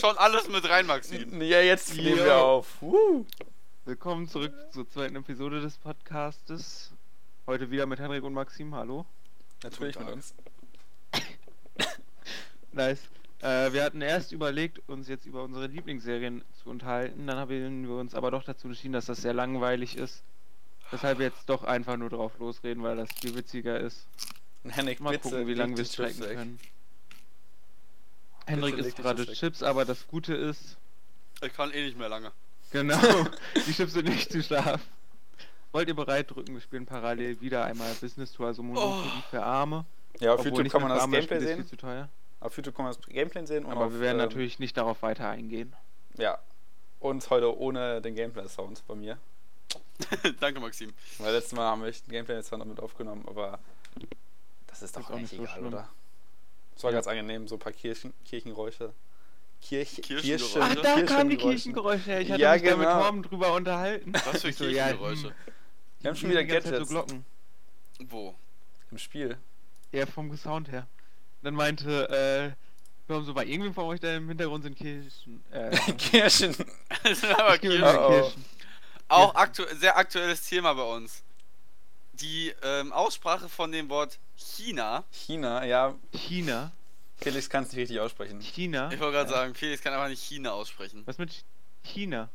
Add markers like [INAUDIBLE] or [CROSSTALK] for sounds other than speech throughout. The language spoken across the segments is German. schon alles mit rein, Maxim. Ja, jetzt Ja. nehmen wir auf. Woo. Willkommen zurück zur zweiten Episode des Podcastes. Heute wieder mit Henrik und Maxim. Hallo. Natürlich mit uns. Nice. Äh, wir hatten erst überlegt, uns jetzt über unsere Lieblingsserien zu unterhalten. Dann haben wir uns aber doch dazu entschieden, dass das sehr langweilig ist. Weshalb wir jetzt doch einfach nur drauf losreden, weil das viel witziger ist. Henrik, Mal bitte, gucken, wie leg lange die wir Chips strecken weg. können. Henrik leg isst die gerade Chips weg. Chips, aber das Gute ist, Ich kann eh nicht mehr lange. [LAUGHS] Genau, [LAUGHS] die Chips sind nicht zu scharf. Wollt ihr bereit drücken? Wir spielen parallel wieder einmal Business Tour, also Monopoly für Arme. Oh. Ja, auf Obwohl YouTube nicht kann mehr man für das Arme Gameplay Spiel ist viel sehen. Zu teuer. Auf YouTube kann man das Gameplay sehen. Und Aber auf, wir werden ähm, natürlich nicht darauf weiter eingehen. Ja. Und heute ohne den Gameplay-Sound bei mir. Danke, Maxim. Weil letztes Mal haben wir echt den Gameplay-Sound damit aufgenommen, aber das ist doch Ist auch eigentlich nicht so egal, schlimm. oder? Es war Ja. ganz angenehm, so ein paar Kirchen, Kirchenräusche. Kirch, Kirchengeräusche? Kirchen, Ach, Ach, da kamen die Kirchengeräusche. Kirchengeräusche her. Ich hatte Ja, mich da genau. mit Torben drüber unterhalten. Was für Ich so, ja, Kirchengeräusche. Wir haben schon wieder Die ganze Zeit Gadgets So Glocken. Wo? Hm. im Spiel. [LAUGHS] Ja, vom Sound her. Dann meinte, äh, wir haben so bei irgendwem von euch da im Hintergrund sind Kirchen. [LAUGHS] Äh, Kirchen. [LAUGHS] Das sind aber Kirchen. Kirchen. oh. Auch aktu sehr aktuelles Thema bei uns. Die ähm, Aussprache von dem Wort China. China, ja, China. Felix kann es nicht richtig aussprechen. China. Ich wollte gerade sagen, Felix kann einfach nicht China aussprechen. Was mit China?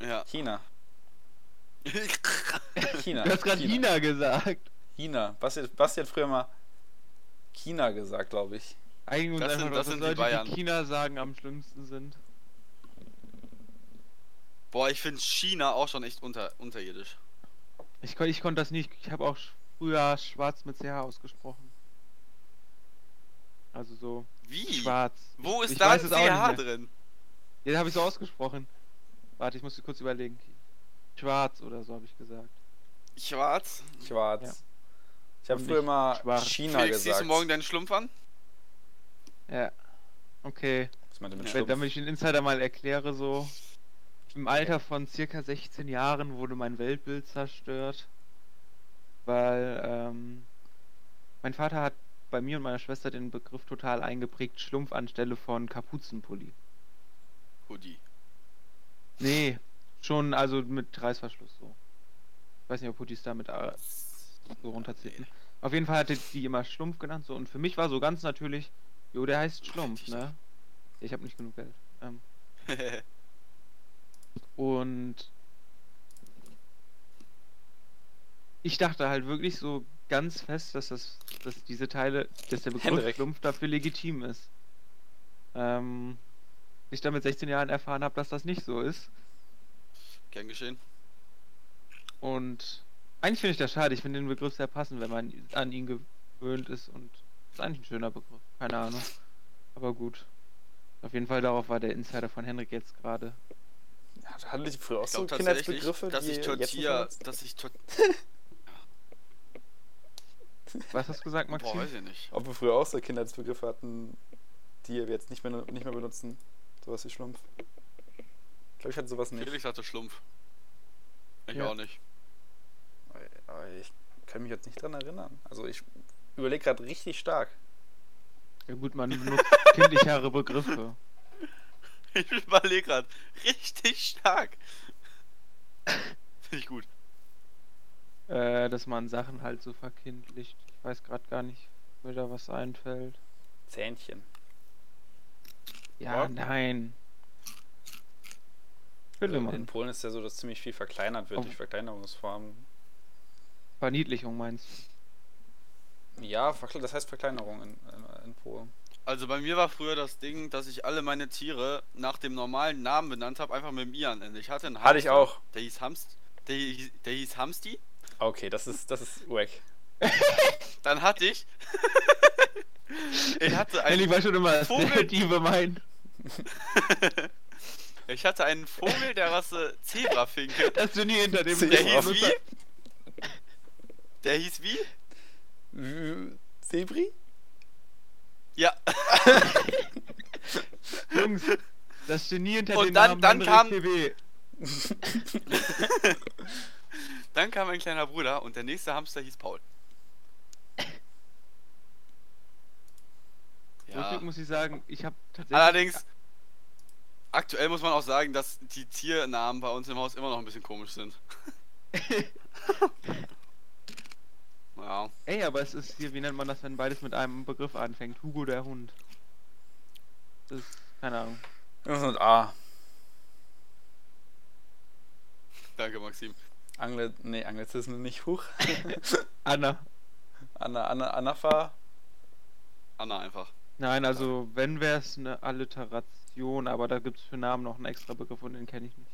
Ja. [LAUGHS] China. China. Du hast gerade China. China gesagt. China. Basti, Basti hat früher mal China gesagt, glaube ich. Einigen uns Das einfach sind- sind, das dass sind die Leute, Bayern. die China sagen, am schlimmsten sind. Boah, ich finde China auch schon echt unter unterirdisch. Ich, kon- ich konnte das nicht. Ich habe auch sch- früher schwarz mit CH ausgesprochen. Also so Wie? schwarz. Wo ist Ich da weiß ein es auch nicht CH mehr. drin? Den habe ich so ausgesprochen. Warte, ich muss kurz überlegen. Schwarz oder so habe ich gesagt. Schwarz. Schwarz. Ja. Ich habe Und früher nicht mal schwarz. China Felix, siehst gesagt. du morgen deinen Schlumpf an? Ja. Okay. Was meinte mit Weil, Schlumpf? damit ich den Insider mal erkläre, so. Im Alter von circa 16 Jahren wurde mein Weltbild zerstört, weil ähm, mein Vater hat bei mir und meiner Schwester den Begriff total eingeprägt, Schlumpf anstelle von Kapuzenpulli. [LAUGHS] Hoodie. Nee, schon also mit Reißverschluss so. Ich weiß nicht, ob Puttis damit äh, so runterzählen. Auf jeden Fall hatte die immer Schlumpf genannt so und für mich war so ganz natürlich, jo, der heißt Schlumpf, Richtig. ne? Ich habe nicht genug Geld. Ähm, Und ich dachte halt wirklich so ganz fest, dass das, dass diese Teile, dass der Begriff Henrik. Schlumpf dafür legitim ist. Ähm, ich dann mit 16 Jahren erfahren habe, dass das nicht so ist. Gern geschehen. Und eigentlich finde ich das schade. Ich finde den Begriff sehr passend, wenn man an ihn gewöhnt ist. Und ist eigentlich ein schöner Begriff. Keine Ahnung. Aber gut. Auf jeden Fall darauf war der Insider von Henrik jetzt gerade. Hatten die früher auch Ich so glaube tatsächlich, Kindheitsbegriffe, dass die ich jetzt nicht Tortilla, benutzt? dass ich Tortilla, Was hast du gesagt, boah, Maxim? weiß ich nicht. Ob wir früher auch so Kindheitsbegriffe hatten, die wir jetzt nicht mehr, nicht mehr benutzen. Sowas wie Schlumpf. Ich glaube, ich hatte sowas nicht. Felix hatte Schlumpf. Ich Ja. auch nicht. [LAUGHS] Aber ich kann mich jetzt nicht dran erinnern. Also ich überlege gerade richtig stark. Ja gut, man benutzt kindlichere Begriffe. Ich überlege gerade. Richtig stark. Finde ich gut. Äh, dass man Sachen halt so verkindlicht. Ich weiß gerade gar nicht, ob mir da was einfällt. Zähnchen. Ja, Ja. nein. Könnte In man. Polen ist ja so, dass ziemlich viel verkleinert wird Oh. durch Verkleinerungsformen. Verniedlichung meinst du? Ja, verkle- das heißt Verkleinerung in, äh, in, in Polen. Also bei mir war früher das Ding, dass ich alle meine Tiere nach dem normalen Namen benannt habe, einfach mit dem I an Ende. Ich hatte einen Hatte ich auch. Der hieß Hamst. Der hieß, der hieß Hamsti. Okay, das ist das ist wack. Dann hatte ich. [LAUGHS] ich [LAUGHS] hatte Henning einen. war schon immer Vogel- der Diebe meint. ich hatte einen Vogel der Rasse Zebrafinke. Das du nie [LAUGHS] hinter dem Der Zebra. hieß wie? Der hieß wie? [LAUGHS] Sebri? Ja. Jungs, das Genie hinter Und dem dann- Namen dann kam- Henrik TB. Dann kam mein kleiner Bruder und der nächste Hamster hieß Paul. So viel Ja. muss ich sagen, ich habe tatsächlich Allerdings, aktuell muss man auch sagen, dass die Tiernamen bei uns im Haus immer noch ein bisschen komisch sind. ja. [LAUGHS] Ey, aber es ist hier, wie nennt man das, wenn beides mit einem Begriff anfängt? Hugo der Hund. Das ist, keine Ahnung. Irgendwas mit A. Danke, Maxim. Angle, nee, Anglizismen nicht hoch. [LAUGHS] Anna. Anna, Anna, Anafa. Anna einfach. Nein, also wenn wäre es eine Alliteration, aber da gibt es für Namen noch einen extra Begriff und den kenne ich nicht.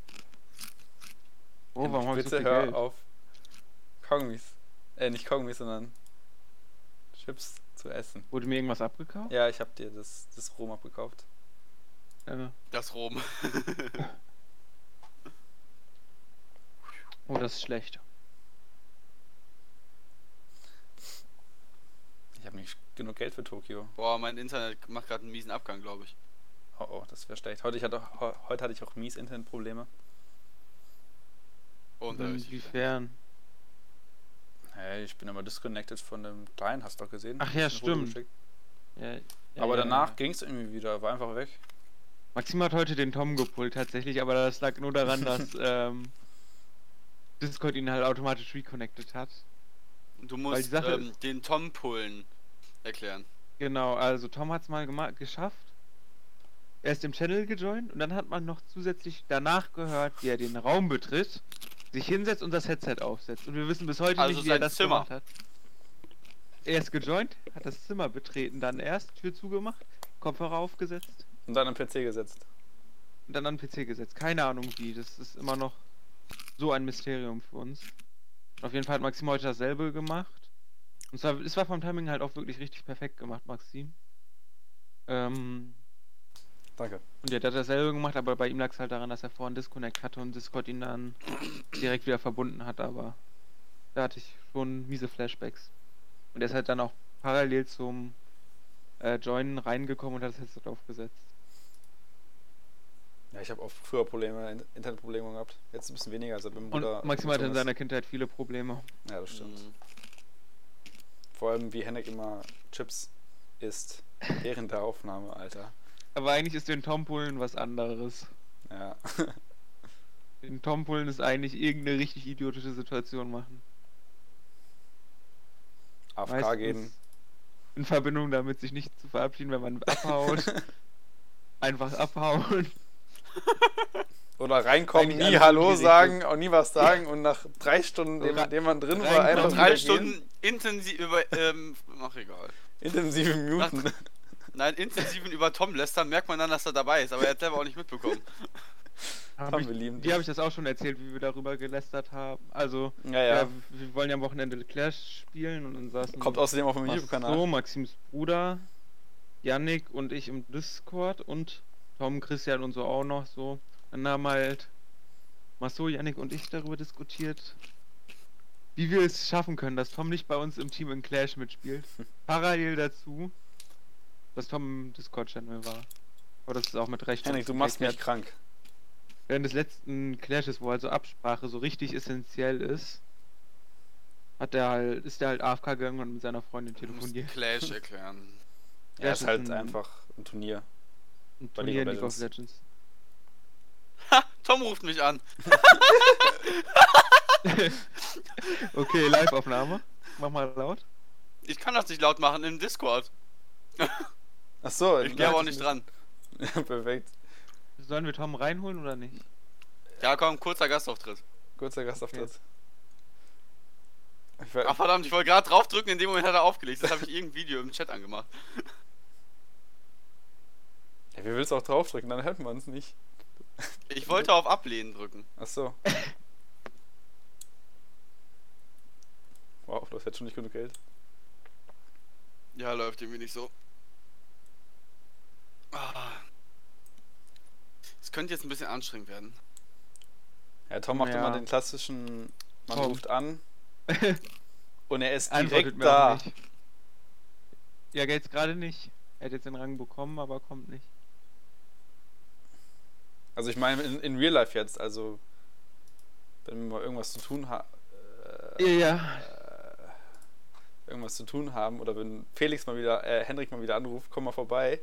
Oh, warum habe ich so Bitte viel hör Geld? auf. Kongmis. Äh, nicht Kongmis, sondern Chips zu essen. Wurde mir irgendwas abgekauft? Ja, ich hab dir das, das Rom abgekauft. Äh, Das [LAUGHS] Rom. oh, das ist schlecht. Ich habe nicht genug Geld für Tokio. Boah, mein Internet macht gerade einen miesen Abgang, glaube ich. Oh, oh das wäre schlecht. Heute, ich hatte, ho- heute hatte ich auch mies Internetprobleme. Und äh, Hm, ich- Inwiefern? Hey, ich bin aber disconnected von dem Kleinen, hast du doch gesehen. Ach ja, Hast du ein Foto stimmt. geschickt. Ja, ja, aber ja, danach ja. ging's irgendwie wieder, war einfach weg. Maxim hat heute den Tom gepullt tatsächlich, aber das lag nur daran, dass [LAUGHS] ähm, Discord ihn halt automatisch reconnected hat. du Weil die musst Sache ähm, den Tom pullen erklären. Genau, also Tom hat es mal gema- geschafft. Er ist im Channel gejoint und dann hat man noch zusätzlich danach gehört, wie er den Raum betritt, sich hinsetzt und das Headset aufsetzt. Und wir wissen bis heute Also nicht, wie er sein das Zimmer. gemacht hat. Er ist gejoint, hat das Zimmer betreten, dann erst Tür zugemacht, Kopfhörer aufgesetzt Und dann am PC gesetzt. und dann an den PC gesetzt. Keine Ahnung wie, das ist immer noch so ein Mysterium für uns. Auf jeden Fall hat Maxim heute dasselbe gemacht. Und zwar, es war vom Timing halt auch wirklich richtig perfekt gemacht, Maxim. Ähm, Danke. und ja, der hat dasselbe gemacht, aber bei ihm lag es halt daran, dass er vorhin Disconnect hatte und Discord ihn dann direkt wieder verbunden hat, aber da hatte ich schon miese Flashbacks. Und er ist halt dann auch parallel zum äh, Joinen reingekommen und hat das Headset aufgesetzt. Ja, ich habe auch früher Probleme, In- Internetprobleme gehabt. Jetzt ein bisschen weniger, also beim Und Bruder. Maxim hatte in umgezogen seiner Kindheit viele Probleme. ist. Ja, das stimmt. Mhm. Vor allem, wie Henrik immer Chips isst. Während der Aufnahme, Alter. Aber eigentlich ist den Tompullen was anderes. Ja. [LAUGHS] Den Tompullen ist eigentlich irgendeine richtig idiotische Situation machen. AFK Meistens gehen. In Verbindung damit, sich nicht zu verabschieden, [LAUGHS] wenn man abhaut. Einfach abhauen. Oder reinkommen, Eigentlich nie alles Hallo umgerichtet. sagen, auch nie was sagen und nach drei Stunden, So dem, rein- dem man drin war, reinkommen, einfach Drei wieder gehen. Stunden intensiv über. Ähm, ach, egal. intensive Minuten. Nein, intensiven über Tom lästern merkt man dann, dass er dabei ist, aber er hat selber auch nicht mitbekommen. Hab Tom, ich, wir lieben dir habe ich dich. das auch schon erzählt, wie wir darüber gelästert haben. Also, [LAUGHS] Ja, ja. ja. wir wollen ja am Wochenende Clash spielen und dann saßen Kommt außerdem auf dem Mas- YouTube-Kanal. so, Maxims Bruder, Yannick und ich im Discord und Tom, Christian und so auch noch so. Dann haben halt Masso, Yannick und ich darüber diskutiert, wie wir es schaffen können, dass Tom nicht bei uns im Team in Clash mitspielt. [LAUGHS] Parallel dazu, dass Tom im Discord-Channel war. Aber das ist auch mit Recht. Henrik, du machst mich erklärt. krank. Während des letzten Clashes, wo also Absprache so richtig essentiell ist, hat er halt, ist er halt AFK gegangen und mit seiner Freundin Du musst telefoniert. Clash erklären. Ja, Das ist ist halt ein- einfach ein Turnier. Ein Bei Turnier League of League of Legends. Ha, Tom ruft mich an. [LAUGHS] Okay, Live-Aufnahme. Mach mal laut. Ich kann das nicht laut machen im Discord. Ach so, Ich gehe aber auch nicht dran. [LAUGHS] Perfekt. Sollen wir Tom reinholen oder [LAUGHS] nicht? Ja, komm, kurzer Gastauftritt. Kurzer Gastauftritt. Ich Ach war, verdammt, ich wollte gerade draufdrücken, in dem Moment hat er aufgelegt. Das habe ich irgendein Video im Chat angemacht. ja, wir willst auch draufdrücken, dann hört man uns nicht. Ich wollte auf Ablehnen drücken. Ach [LAUGHS] so. Wow, du hast jetzt schon nicht genug Geld. Ja, läuft irgendwie nicht so. Ah. Es könnte jetzt ein bisschen anstrengend werden. Ja, Tom macht Ja. immer den klassischen, man Tom. ruft an und er ist Antwortet direkt mir da. auch nicht. Ja, geht's gerade nicht. Er hat jetzt den Rang bekommen, aber kommt nicht. Also ich meine in, in Real Life jetzt, also wenn wir mal irgendwas zu tun haben, Ja, ja. irgendwas zu tun haben oder wenn Felix mal wieder, äh, Henrik mal wieder anruft, komm mal vorbei.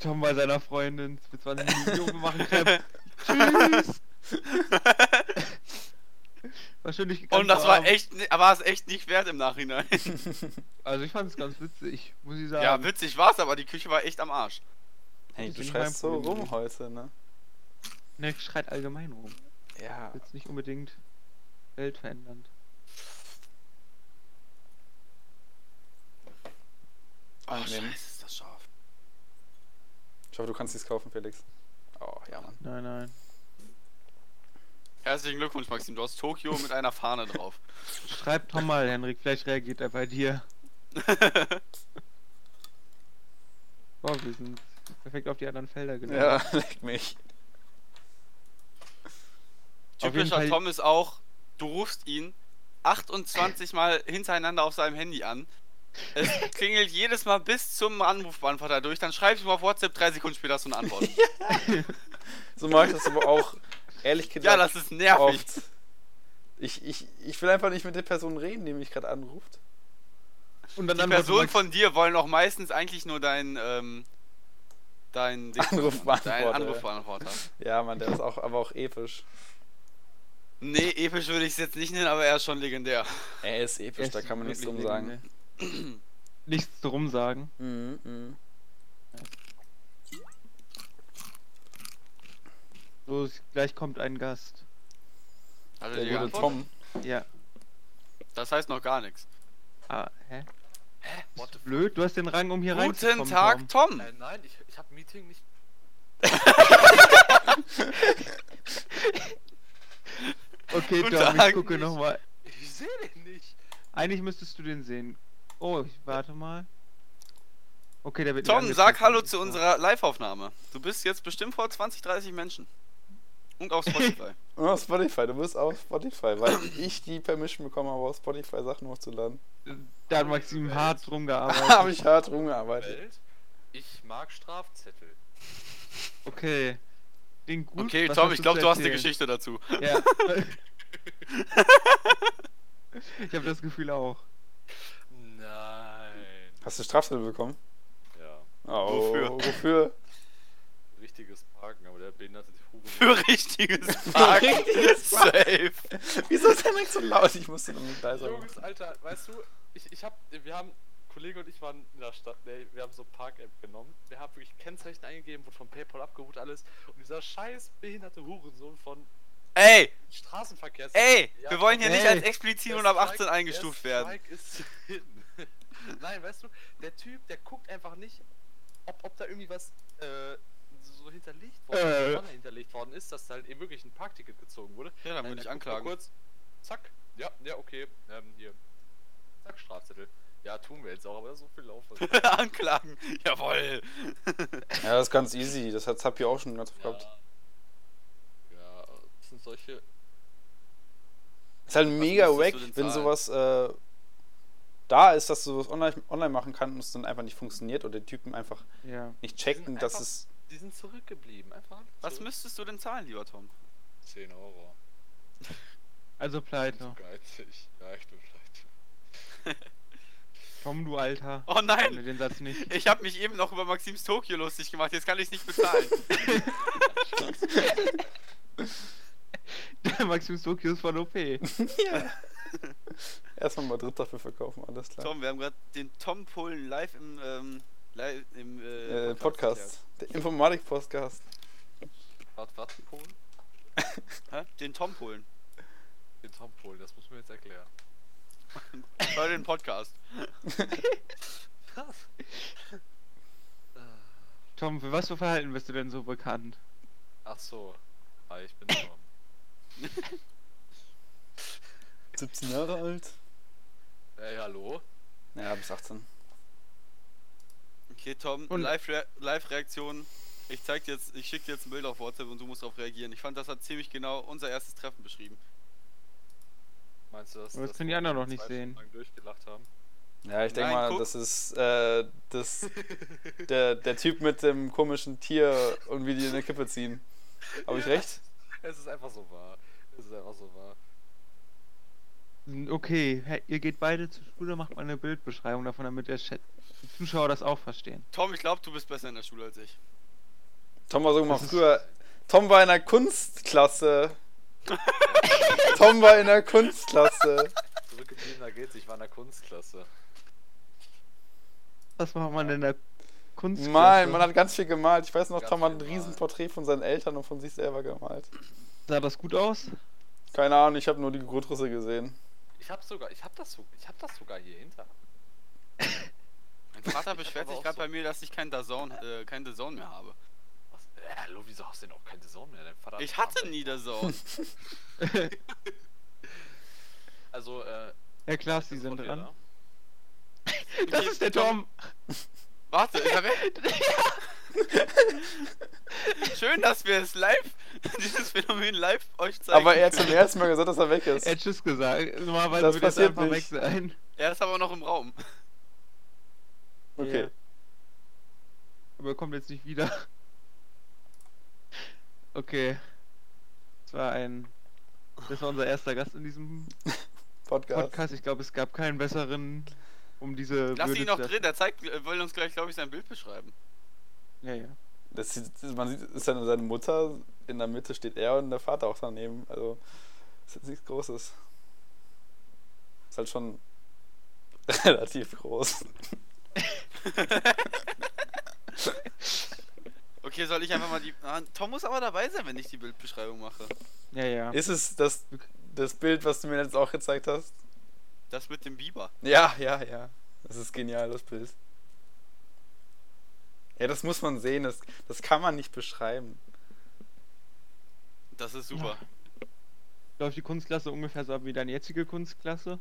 Tom bei seiner Freundin für 20 Minuten. Jo, wir machen [LAUGHS] Crepe. Tschüss. [LAUGHS] Wahrscheinlich Und das war echt, ni- war es echt nicht wert im Nachhinein. Also ich fand es ganz witzig, muss ich sagen. Ja, witzig war's, aber die Küche war echt am Arsch. Hey, Das du ist nicht mein schreist so Problem. rum heute, ne? Ne, schreit allgemein rum. Ja. Jetzt nicht unbedingt weltverändernd. Oh, Nehmen. scheiße, ist das scharf. Ich hoffe, du kannst dies kaufen, Felix. Oh, ja, Mann. Nein, nein. Herzlichen Glückwunsch, Maxim. Du hast Tokio mit einer Fahne [LAUGHS] drauf. Schreib Tom mal, Henrik, vielleicht reagiert er [LAUGHS] bei dir. Boah, Oh, wir sind perfekt auf die anderen Felder gelandet. Ja, leck mich. Auf jeden Typischer Fall- Tom ist auch, du rufst ihn 28 Mal hintereinander auf seinem Handy an. Es [LAUGHS] klingelt jedes Mal bis zum Anrufbeantworter durch. Dann schreibst du ihm auf WhatsApp, drei Sekunden später hast du eine [LAUGHS] Antwort. So mache ich das aber auch, ehrlich gesagt, ja, das ist nervig. oft. Ich, ich, ich will einfach nicht mit der Person reden, die mich gerade anruft. Und dann Die antwortet Personen Max- von dir wollen auch meistens eigentlich nur dein, ähm, dein, Ding- Anrufbeantworter, dein ja. Anrufbeantworter. Ja, Mann, der ist auch, aber auch episch. Nee, episch würde ich es jetzt nicht nennen, aber er ist schon legendär. Er ist Er episch, ist da kann man nichts drum wirklich sagen. legendär. Nichts drum sagen. Mhm, mhm. So, es- gleich kommt ein Gast. Hat er Der die gute geantwortet? Tom. Ja. Das heißt noch gar nichts. Ah, hä? Hä? What the f Blöd, du hast den Rang, um hier reinzukommen. Guten Tag, Tom. Tom. äh, nein, ich, ich hab ein Meeting nicht. [LAUGHS] Okay, Guten Tom, ich Tag. gucke nochmal. Ich sehe den nicht. Eigentlich müsstest du den sehen. Oh, ich warte mal. Okay, der wird nicht Tom, sag angezeigt. Hallo zu unserer Live-Aufnahme. Du bist jetzt bestimmt vor 20, 30 Menschen. Und auf [LAUGHS] Spotify. Und auf Oh, Spotify, du bist auf Spotify, weil ich die Permission bekommen habe, auf Spotify Sachen hochzuladen. Da hat Maxim hart [LAUGHS] drum gearbeitet. habe ich hart Äh, rumgearbeitet. Welt. Ich mag Strafzettel. Okay. Den gut. okay, was Tom, hast ich glaube, zu du hast eine erzählen? Geschichte dazu. [LAUGHS] Ja. ich habe das Gefühl auch. Nein. Hast du Strafzettel bekommen? Ja, Oh, Wofür? Wofür? richtiges Parken, aber der behinderte Hugo. Für [LAUGHS] richtiges Park. richtiges Safe. Wieso ist der Mike so laut? Ich musste noch nicht Also- leiser machen. Jungs, Alter, weißt du, ich, ich hab, wir haben, ein Kollege und ich waren in der Stadt, ne, wir haben so Park-App genommen, der hat wirklich Kennzeichen eingegeben, wurde von Paypal abgeholt, alles, und dieser scheiß behinderte Hurensohn von Ey, Straßenverkehr. ey, wir wollen hier nicht Ey. als explizit und ab 18 eingestuft werden. Ist hin. [LAUGHS] Nein, weißt du, der Typ, der guckt einfach nicht, ob, ob da irgendwie was äh, so hinterlegt worden ist, Äh. Fahne hinterlegt worden ist, dass da halt eben wirklich ein Parkticket gezogen wurde. Ja, dann Nein, würde ich der guckt mal anklagen. Kurz, zack, ja, ja, okay, ähm, hier. Zack, Strafzettel. Ja, tun wir jetzt auch, aber das ist so [LAUGHS] viel Lauf. anklagen. [LAUGHS] Jawoll. Ja, das ist ganz easy. Das hat Zappi auch schon ganz oft gehabt. ja, das sind solche. Ist halt mega wack, müsstest du denn wenn zahlen? sowas äh, da ist, dass du was online, online machen kannst und es dann einfach nicht funktioniert oder die Typen einfach Ja. nicht checken, Die sind dass einfach- es. Die sind zurückgeblieben, einfach. Was müsstest du denn zahlen, lieber Tom? [LAUGHS] 10 Euro. Also pleite. Geizig. Ja, ich bin vielleicht. Tom, du Alter. Oh Wenn du nein. den Satz nicht. [LAUGHS] Ich habe mich eben noch über Maxims Tokio lustig gemacht. Jetzt kann ich nicht bezahlen. [LAUGHS] Der Maxims Tokio ist von OP. ja. [LAUGHS] Erstmal mal Dritt dafür verkaufen, alles klar. Tom, wir haben gerade den Tom Polen live im, ähm, live im äh, äh, Podcast. Der Informatik-Podcast. Warte, warte, Polen? erklärt. Hä? Den Tom Polen. Den Tom Polen, das muss man jetzt erklären. Hör den Podcast. Tom, für was für Verhalten bist du denn so bekannt? Ach so. Ah, ich bin Tom. [LAUGHS] 17 Jahre alt. Ey, hallo? Ja, bis 18. Okay, Tom, Und- Live-Re- Live-Reaktion. ich zeig dir jetzt, ich schicke dir jetzt ein Bild auf WhatsApp und du musst darauf reagieren. Ich fand, das hat ziemlich genau unser erstes Treffen beschrieben. Meinst du das? Aber das dass können die wir anderen noch zwei nicht Stunden sehen. Lang durchgelacht haben. [LAUGHS] Ja, ich denke Nein, mal, guck. das ist äh, das, der, der Typ mit dem komischen Tier und wie die eine Kippe ziehen. Habe ich Ja. recht? Es ist einfach so wahr. Es ist einfach so wahr. Okay, hä- ihr geht beide zur Schule, macht mal eine Bildbeschreibung davon, damit der Chat Zuschauer das auch verstehen. Tom, ich glaube, du bist besser in der Schule als ich. Tom war sogar mal Das ist- früher. Tom war in der Kunstklasse. Tom war in der Kunstklasse. Zurückgebliebener geht's, ich war in der Kunstklasse. Was macht man denn in der Kunst? Malen, man hat ganz viel gemalt. Ich weiß noch, Ganz Tom hat ein viel Riesenporträt von seinen Eltern und von sich selber gemalt. Sah das [LAUGHS] gut aus? Keine Ahnung, ich habe nur die Grundrisse gesehen. Ich hab sogar, ich hab das, so- ich hab das sogar hier hinter. [LAUGHS] Mein Vater beschwert aber sich auch gerade so- bei mir, dass ich kein Dazone, äh, kein Dazone mehr habe. Was? Äh, hallo, wieso hast du denn auch keine Sohn mehr? Dein Vater hat Ich einen hatte Mann. nie [LAUGHS] Dazone. Also, äh. Herr Klaas, Sie das sind von dir, dran. ne? Das ist der Tom. Warte, ist er [LAUGHS] [LAUGHS] weg? Schön, dass wir es live, [LAUGHS] dieses Phänomen live euch zeigen. Aber er hat können. zum ersten Mal gesagt, dass er weg ist. Er hat Tschüss gesagt. Normalerweise Das würde es passiert einfach weg nicht. sein. er ist aber noch im Raum. Okay. Ja. Aber er kommt jetzt nicht wieder. Okay. Das war ein. Das war unser erster Gast in diesem Podcast. Podcast. Ich glaube, es gab keinen besseren, um diese. Lass Würde ihn noch zu- drin, er zeigt, er will uns gleich, glaube ich, sein Bild [LAUGHS] beschreiben. Ja, ja. Das sieht, man sieht, ist seine, seine Mutter, in der Mitte steht er und der Vater auch daneben. Also, ist jetzt nichts Großes. Ist halt schon [LAUGHS] relativ groß. Okay, soll ich einfach mal die. Ah, Tom muss aber dabei sein, wenn ich die Bildbeschreibung mache. Ja, ja. Ist es das, das Bild, was du mir jetzt auch gezeigt hast? Das mit dem Biber. Ja, ja, ja. Das ist genial, das Bild. Ja, das muss man sehen. Das, das kann man nicht beschreiben. Das ist super. Läuft die Kunstklasse ungefähr so ab wie deine jetzige Kunstklasse?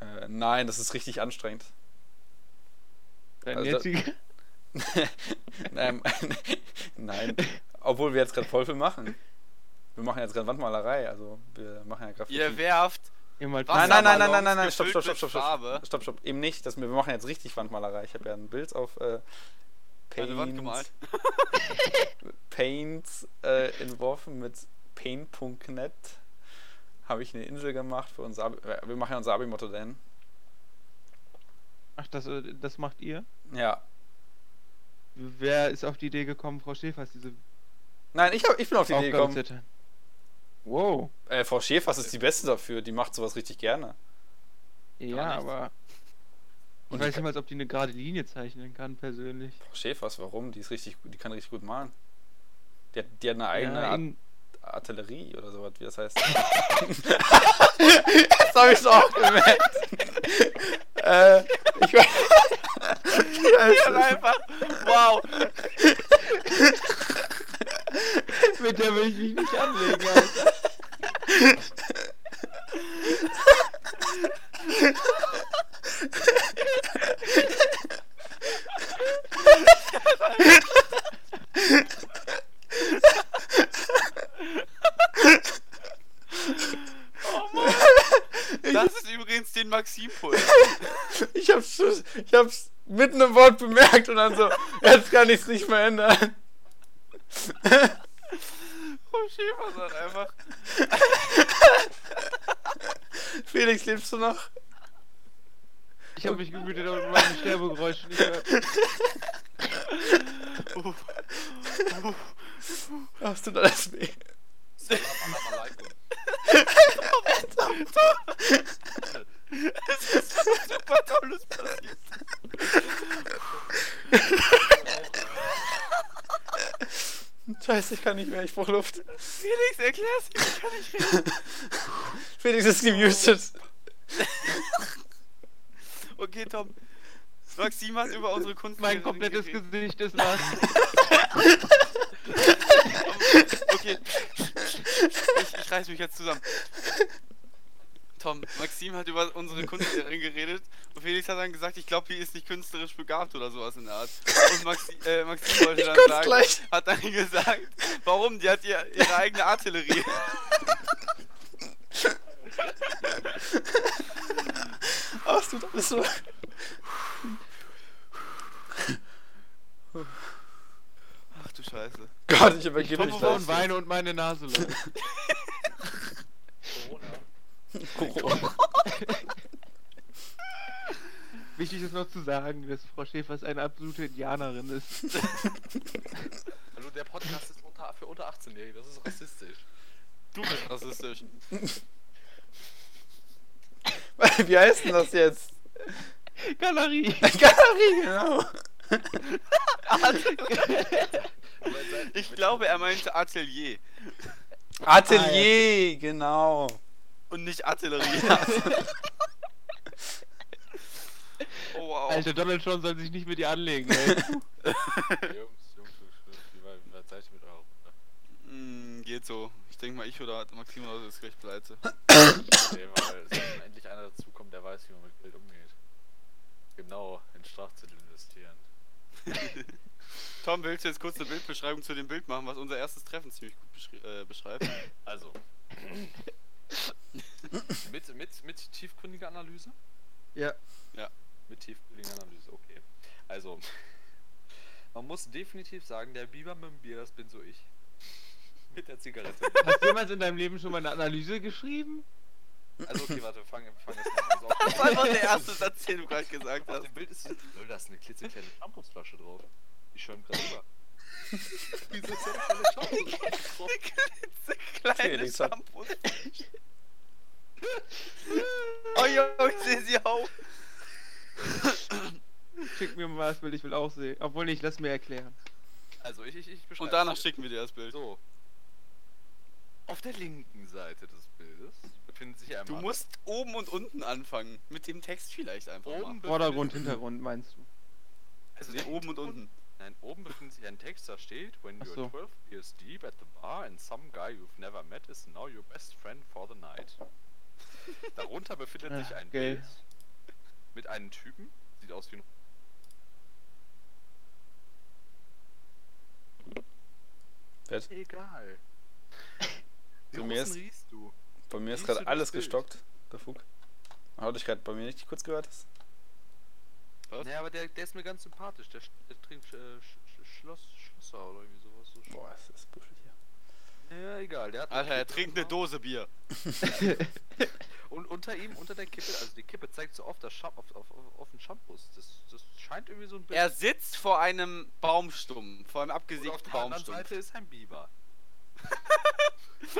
Äh, nein, das ist richtig anstrengend. Deine Also- jetzige? [LAUGHS] [LAUGHS] nein, nein. Obwohl wir jetzt gerade voll viel machen. Wir machen jetzt gerade Wandmalerei, also wir machen ja Graffiti. Ihr werft Ihr malt Was? nein, Bilder. nein, nein, nein, nein, nein, nein, Wasserballons stopp, gefüllt stopp, stopp, stopp, mit stopp, Farbe. stopp, stopp, eben nicht, das, wir machen jetzt richtig Wandmalerei. Ich habe ja ein Bild auf äh, eine Wand Paint, gemalt. [LAUGHS] Paints äh, entworfen mit paint.net. Habe ich eine Insel gemacht für unser Abi, äh, wir machen ja unser Abi-Motto denn. Ach, das, äh, das macht ihr? Ja. Wer ist auf die Idee gekommen, Frau Schäfers diese Nein, ich, hab, ich bin auf die Idee Aufgabe zu gekommen. erteilen? Wow. Äh, Frau Schäfers ist die Beste dafür, die macht sowas richtig gerne. Ja, nichts. aber. Ich Und weiß die- nicht mal, ob die eine gerade Linie zeichnen kann, persönlich. Frau Schäfers, warum? Die ist richtig, gut- die kann richtig gut malen. Die hat, die hat eine eigene ja, Art- in- Artillerie oder sowas, wie das heißt. das habe ich auch [LAUGHS] gemerkt. äh, ich [LAUGHS] Dann weiß. einfach. [LAUGHS] Wow. mit der will ich mich nicht anlegen, Alter. Das ist übrigens den [LAUGHS] Maxim-Pult. [LAUGHS] Ich hab's, ich hab's mitten im Wort bemerkt und dann so, jetzt kann ich's nicht mehr ändern. Frau Schäfer sagt einfach. Felix, lebst du noch? Ich habe mich gemütet, aber meine Sterbegeräusche nicht mehr. [LAUGHS] Hast du da das weh? Malaika. Es ist was super tolles passiert. Scheiße, ich kann nicht mehr, ich brauch Luft. Felix, erklär's ihm, ich kann nicht reden. Felix ist gemutet. Okay, Tom. Maxim hat über unsere Kunst. Mein komplettes Gesicht ist [LAUGHS] nass. [LAUGHS] Okay. Ich, ich reiß mich jetzt zusammen. Tom, Maxim hat über unsere Kunstlehrerin geredet und Felix hat dann gesagt, ich glaube, die ist nicht künstlerisch begabt oder sowas in der Art. Und Maxi, äh, Maxim wollte Ich dann komm's sagen, gleich. hat dann gesagt, warum? Die hat ihr, ihre eigene Artillerie. Hast du das so? Ach du Scheiße. Gott, ich übergebe Vom mich und gleich. weine und meine Nase läuft. Corona. [LAUGHS] Wichtig ist noch zu sagen, dass Frau Schäfers eine absolute Indianerin ist. Hallo, der Podcast ist unter, für unter 18-Jährige, das ist rassistisch. Du bist rassistisch. Wie heißt denn das jetzt? [LAUGHS] Galerie! Galerie, genau. Ich [LAUGHS] glaube, er meinte Atelier Atelier, genau. und nicht [LAUGHS] Artillerie. oh wow. Alter, Donald Trump soll sich nicht mit ihr anlegen, ey. Jungs, Jungs, Jungs, Jungs, wie weit, wie weit seid ihr mit eurem? Hm, geht so. Ich denke mal, ich oder Maxim oder so ist gleich pleite. Nee, weil es muss endlich einer dazukommt, der weiß, wie man mit Geld umgeht. Genau, in Strafzettel investieren. Tom, willst du jetzt kurz eine Bildbeschreibung zu dem Bild machen, was unser erstes Treffen ziemlich gut beschri- äh, [LAUGHS] beschreibt? Also. [LAUGHS] mit, mit, mit tiefgründiger Analyse? [LAUGHS] Ja. Mit tiefgründiger Analyse, okay. Also, [LAUGHS] man muss definitiv sagen, der Biber mit dem Bier, das bin so ich. [LAUGHS] Mit der Zigarette. Hast du jemals in deinem Leben schon mal eine Analyse geschrieben? Also, okay, warte, fang, fang jetzt mal an. Also, Das war einfach der erste Satz, den du gerade gesagt [LAUGHS] auf, [LAUGHS] auf hast. dem Bild ist. Lol, da ist eine klitzekleine Shampoosflasche drauf. Die schäumt gerade über. [LAUGHS] Wieso ist da [LAUGHS] eine Shampoosflasche drauf? Kleine Felix hat- [LAUGHS] Shampoo. Oh Junge, ich sehe sie auch. Schick mir mal das Bild, ich will auch sehen. Obwohl nicht, lass mir erklären. Also, ich, ich, ich beschreibe Und danach schicken wir dir das Bild. So. Auf der linken Seite des Bildes befindet sich ein Du Mann. musst oben und unten anfangen. Mit dem Text vielleicht einfach oben mal. Vordergrund, Hintergrund, meinst du? Also Nee, oben und unten. Nein, oben befindet sich ein Text, da steht When Ach you're so. 12 years deep at the bar and some guy you've never met is now your best friend for the night. Darunter befindet Ach, sich ein geil. Bild mit einem Typen, sieht aus wie ein Fett. [LAUGHS] Egal. Wie Zu mir ist- Russen riechst du? Bei mir ist Siehst du gerade das alles Bild? gestockt. Der Fug. Hat dich gerade bei mir nicht kurz gehört? Hast? Was? Naja, aber der, der ist mir ganz sympathisch. Der, sch- der trinkt äh, Sch Sch Schloss, Schlosser oder irgendwie sowas. So Boah, es ist buschig hier. Ja, egal. Der hat eine Alter, er Kippe trinkt eine immer. Dose Bier. [LAUGHS] Und unter ihm, unter der Kippe, also die Kippe zeigt so auf, das Scham auf, auf, auf, auf den Shampoos. Das, das scheint irgendwie so ein Er sitzt vor einem Baumstumpf, vor einem Und auf abgesägten der anderen Baumstumpf. Seite ist ein Biber.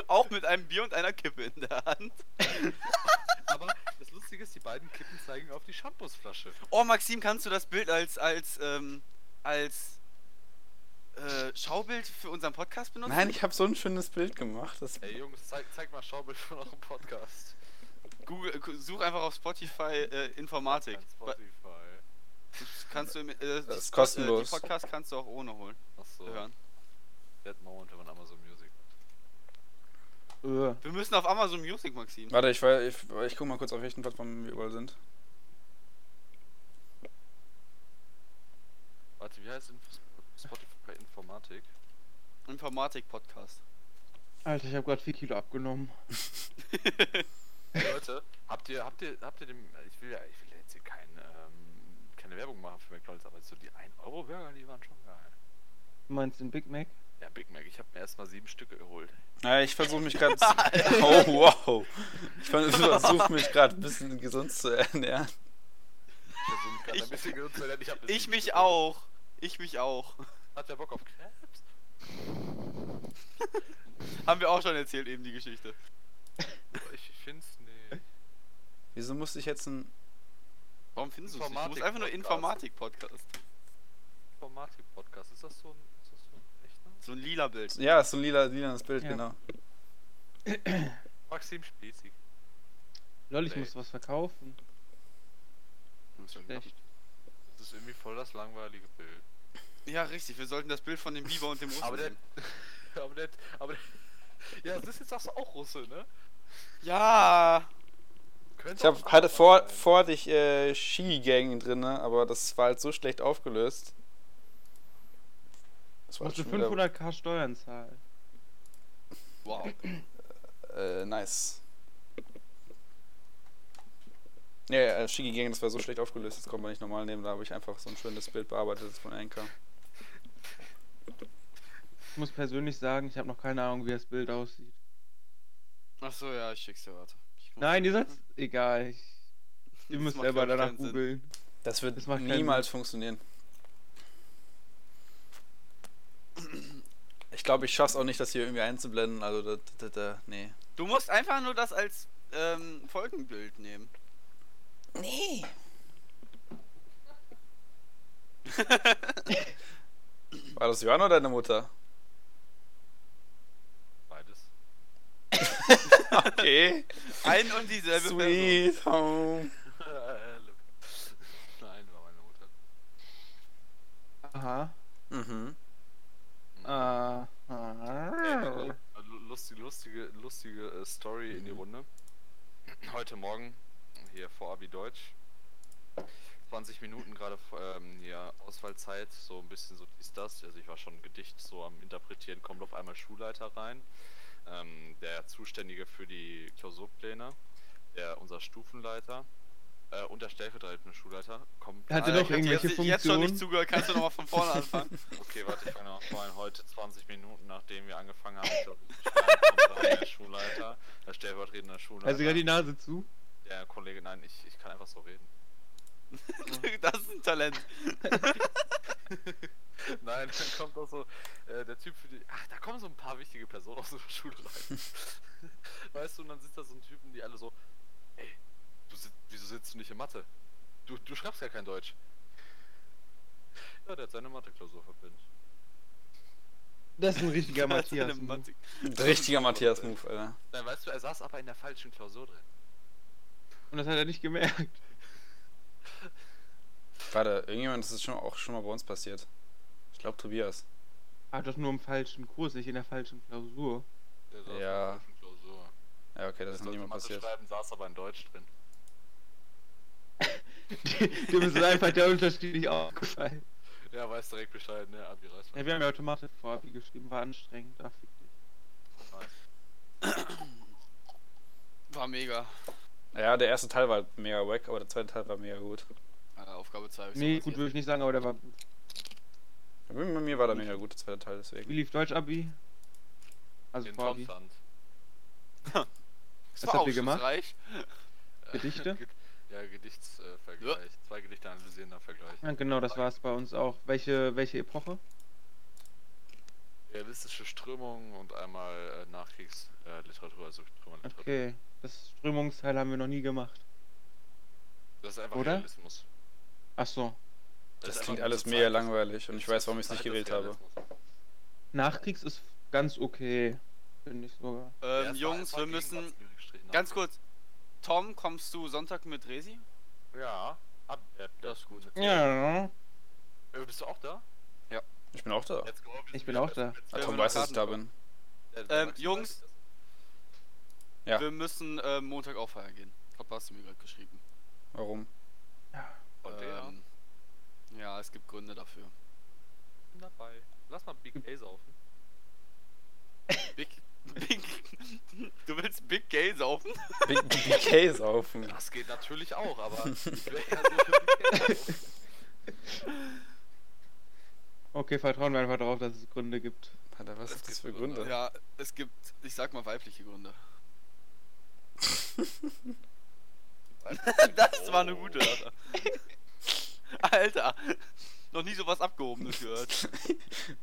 Auch mit einem Bier und einer Kippe in der Hand. Aber das Lustige ist, die beiden Kippen zeigen auf die Shampoosflasche. Oh, Maxim, kannst du das Bild als, als, ähm, als äh, Schaubild für unseren Podcast benutzen? Nein, ich habe so ein schönes Bild gemacht. Das Ey Jungs, zeig, zeig mal Schaubild von eurem Podcast. Google, gu- such einfach auf Spotify äh, Informatik. Kein Ba- Spotify. Kannst du im, äh, die- ist äh, kostenlos. Die Podcast kannst du auch ohne holen. Achso, Hören. Dead Moment, wenn man Amazon Music hat. Äh. Wir müssen auf Amazon Music, Maxim. Warte, ich, war, ich, ich guck mal kurz, auf welchen Plattformen wir überall sind. Warte, wie heißt Info Spotify Informatik? Informatik Podcast. Alter, ich habe gerade 4 Kilo abgenommen. Hey, Leute, habt ihr, habt ihr, habt ihr dem, ich will ja, ich will ja jetzt hier kein, ähm, keine Werbung machen für McDonalds, aber so die 1-Euro-Burger, die waren schon geil. Du meinst den Big Mac? Ja, Big Mac, ich habe mir erstmal sieben Stücke geholt. Ja, ich versuche mich gerade. oh, wow. Ich versuche mich gerade ein bisschen gesund zu ernähren. Ich versuche mich gerade Ich- ein [LAUGHS] bisschen gesund zu ernähren. Ich, hab mir Ich sieben mich Stücke geholt. auch. Ich mich auch. [LAUGHS] Hat wer Bock auf Krebs? Haben wir auch schon erzählt eben die Geschichte. Ich find's nicht. Wieso musste ich jetzt ein. Warum findest du es nicht? Du musst Informatik- einfach nur Podcast. Informatik Podcast. Informatik-Podcast, ist das so ein, ist das so ein ne? echter? So ein lila Bild. Ja, ist so ein lila, lilanes Bild, Ja. genau. Maxim Spezig. Lol, ich Nee. muss was verkaufen. Echt. Das ist irgendwie voll das langweilige Bild. Ja, richtig. Wir sollten das Bild von dem Biber und dem Russen Aber der, sehen. [LAUGHS] aber der, aber der, ja, das ist jetzt sagst du auch Russe, ne? Ja. Könnte Ich auch hab, ein hatte Russe vor, sein. vor dich äh, Skigang drin, ne, aber das war halt so schlecht aufgelöst. Das Ich musste schon wieder- 500k Steuern zahlen. Wow. Äh, nice. Ja, ja, äh, Shigigang, das war so schlecht aufgelöst, das konnte man nicht normal nehmen. Da habe ich einfach so ein schönes Bild bearbeitet von Anker. Ich muss persönlich sagen, ich habe noch keine Ahnung, wie das Bild aussieht. Achso, ja, ich schick's dir, warte. Ich Nein, ihr seid. Egal. Ich, ihr Das müsst macht, selber glaub ich, danach keinen Sinn. googeln. Das wird Das macht keinen niemals funktionieren. Ich glaube, ich schaff's auch nicht, das hier irgendwie einzublenden. Also, da, da, da, nee. Du musst einfach nur das als ähm, Folgenbild [LAUGHS] nehmen. Nee. War das Johann oder deine Mutter? Beides. [LAUGHS] Okay. Ein und dieselbe Person. Sweet home. Äh, [LAUGHS] Nein, war meine Mutter. Aha. Mhm. Ah. Aha. äh, Lustige, lustige, lustige äh, Story in die Mhm. Runde. Heute Morgen, hier vor Abi Deutsch, 20 Minuten gerade ähm, hier Auswahlzeit, so ein bisschen so dies, das. Also ich war schon ein Gedicht so am Interpretieren, kommt auf einmal Schulleiter rein, ähm, der Zuständige für die Klausurpläne, der unser Stufenleiter äh, und der stellvertretende Schulleiter. Kommt Ah, Hat er alle- noch irgendwie- Ich Irgendwelche hab dir jetzt schon Funktionen? nicht zugehört, kannst du nochmal von [LAUGHS] vorne anfangen. Okay, warte, ich fange noch vorhin heute 20 Minuten, nachdem wir angefangen haben, ich glaub, zu schreiben, kommt dann der Schulleiter, der stellvertretende Schulleiter, Also gerade die Nase zu. der Kollege, nein, ich, ich kann einfach so reden. [LAUGHS] Das ist ein Talent. Nein, dann kommt auch so äh, der Typ für die, ach, da kommen so ein paar wichtige Personen aus der Schule rein. weißt du, und dann sitzt da so ein Typen, die alle so, ey, du sit wieso sitzt du nicht in Mathe? Du, du schreibst ja kein Deutsch. Ja, der hat seine Mathe-Klausur verbindet. [LAUGHS] Das ist ein richtiger Das ist eine Matthias. mhm. ne? Mathe- Ein Richtiger Matthias-Move, Alter. Dann weißt du, er saß aber in der falschen Klausur drin. Und das hat er nicht gemerkt. Warte, irgendjemand das ist schon, auch schon mal bei uns passiert. Ich glaube, Tobias. Ah, doch nur im falschen Kurs, nicht in der falschen Klausur. [LAUGHS] Der saß Ja. in der falschen Klausur. Ja, okay, das ist noch Sollte niemand Mathe passiert. schreiben, saß aber in Deutsch drin. Dem ist einfach der Unterschied nicht aufgefallen. Ja, weiß direkt Bescheid, ne? Abi reißt Ja, wir haben ja automatisch vor Abi geschrieben, war anstrengend. Ach, fick dich. War mega. Ja, der erste Teil war halt mega wack, aber der zweite Teil war mega gut. Äh, Aufgabe 2 ich Nee, so gut passiert. würde ich nicht sagen, aber der war gut. Bei mir war der mega gut, der zweite Teil, deswegen. Wie lief Deutsch-Abi? Also in vor Abi. Schottland. Das Was war habt ihr gemacht? aufschlussreich. [LAUGHS] Gedichte? Ge- Ja, Gedichtsvergleich. Äh, Vergleich. Zwei Gedichte analysierender Vergleich. Ja, genau, das war es bei uns auch. Welche, welche Epoche? Realistische Strömungen und einmal äh, Nachkriegsliteratur, äh, Literatur, also Trümmerliteratur. Okay, das Strömungsteil haben wir noch nie gemacht. Das ist einfach Oder? Realismus. Ach so. Das ist klingt einfach alles zur mega Zeit- langweilig und ich zur weiß, warum ich es nicht Zeit des gewählt habe. Realismus. Nachkriegs ist ganz okay. Finde ich sogar. Der Ähm, ist Jungs, einfach wir müssen. Gegenwartslyrik strichen Ganz nach. kurz. Tom, kommst du Sonntag mit Resi? Ja. Ab, ja, Das ist gut. Ja, Äh, bist du auch da? Ich bin auch da. Let's go, wir Ich sind bin wieder auch da. best- Ah, Ja, Tom wenn weiß, du dass ich da Karten- bin. Ja, der Ähm, Maxi Jungs. weiß das. Ja. Wir müssen äh, Montag auch feiern gehen. Ich glaube, hast du mir gerade geschrieben. Warum? Und der Ähm, ja, es gibt Gründe dafür. ist dabei. Lass mal Big A saufen. Big. [LAUGHS] Big. Du willst Big Gay saufen? Big [LAUGHS] BK saufen. Das geht natürlich auch, aber ich will ja so für Big A saufen. Okay, vertrauen wir einfach darauf, dass es Gründe gibt. Alter, was Es ist das gibt für Gründe. Gründe? Ja, es gibt, ich sag mal, weibliche Gründe. [LAUGHS] Das war eine gute. Alter. Alter, noch nie sowas Abgehobenes gehört. [LAUGHS]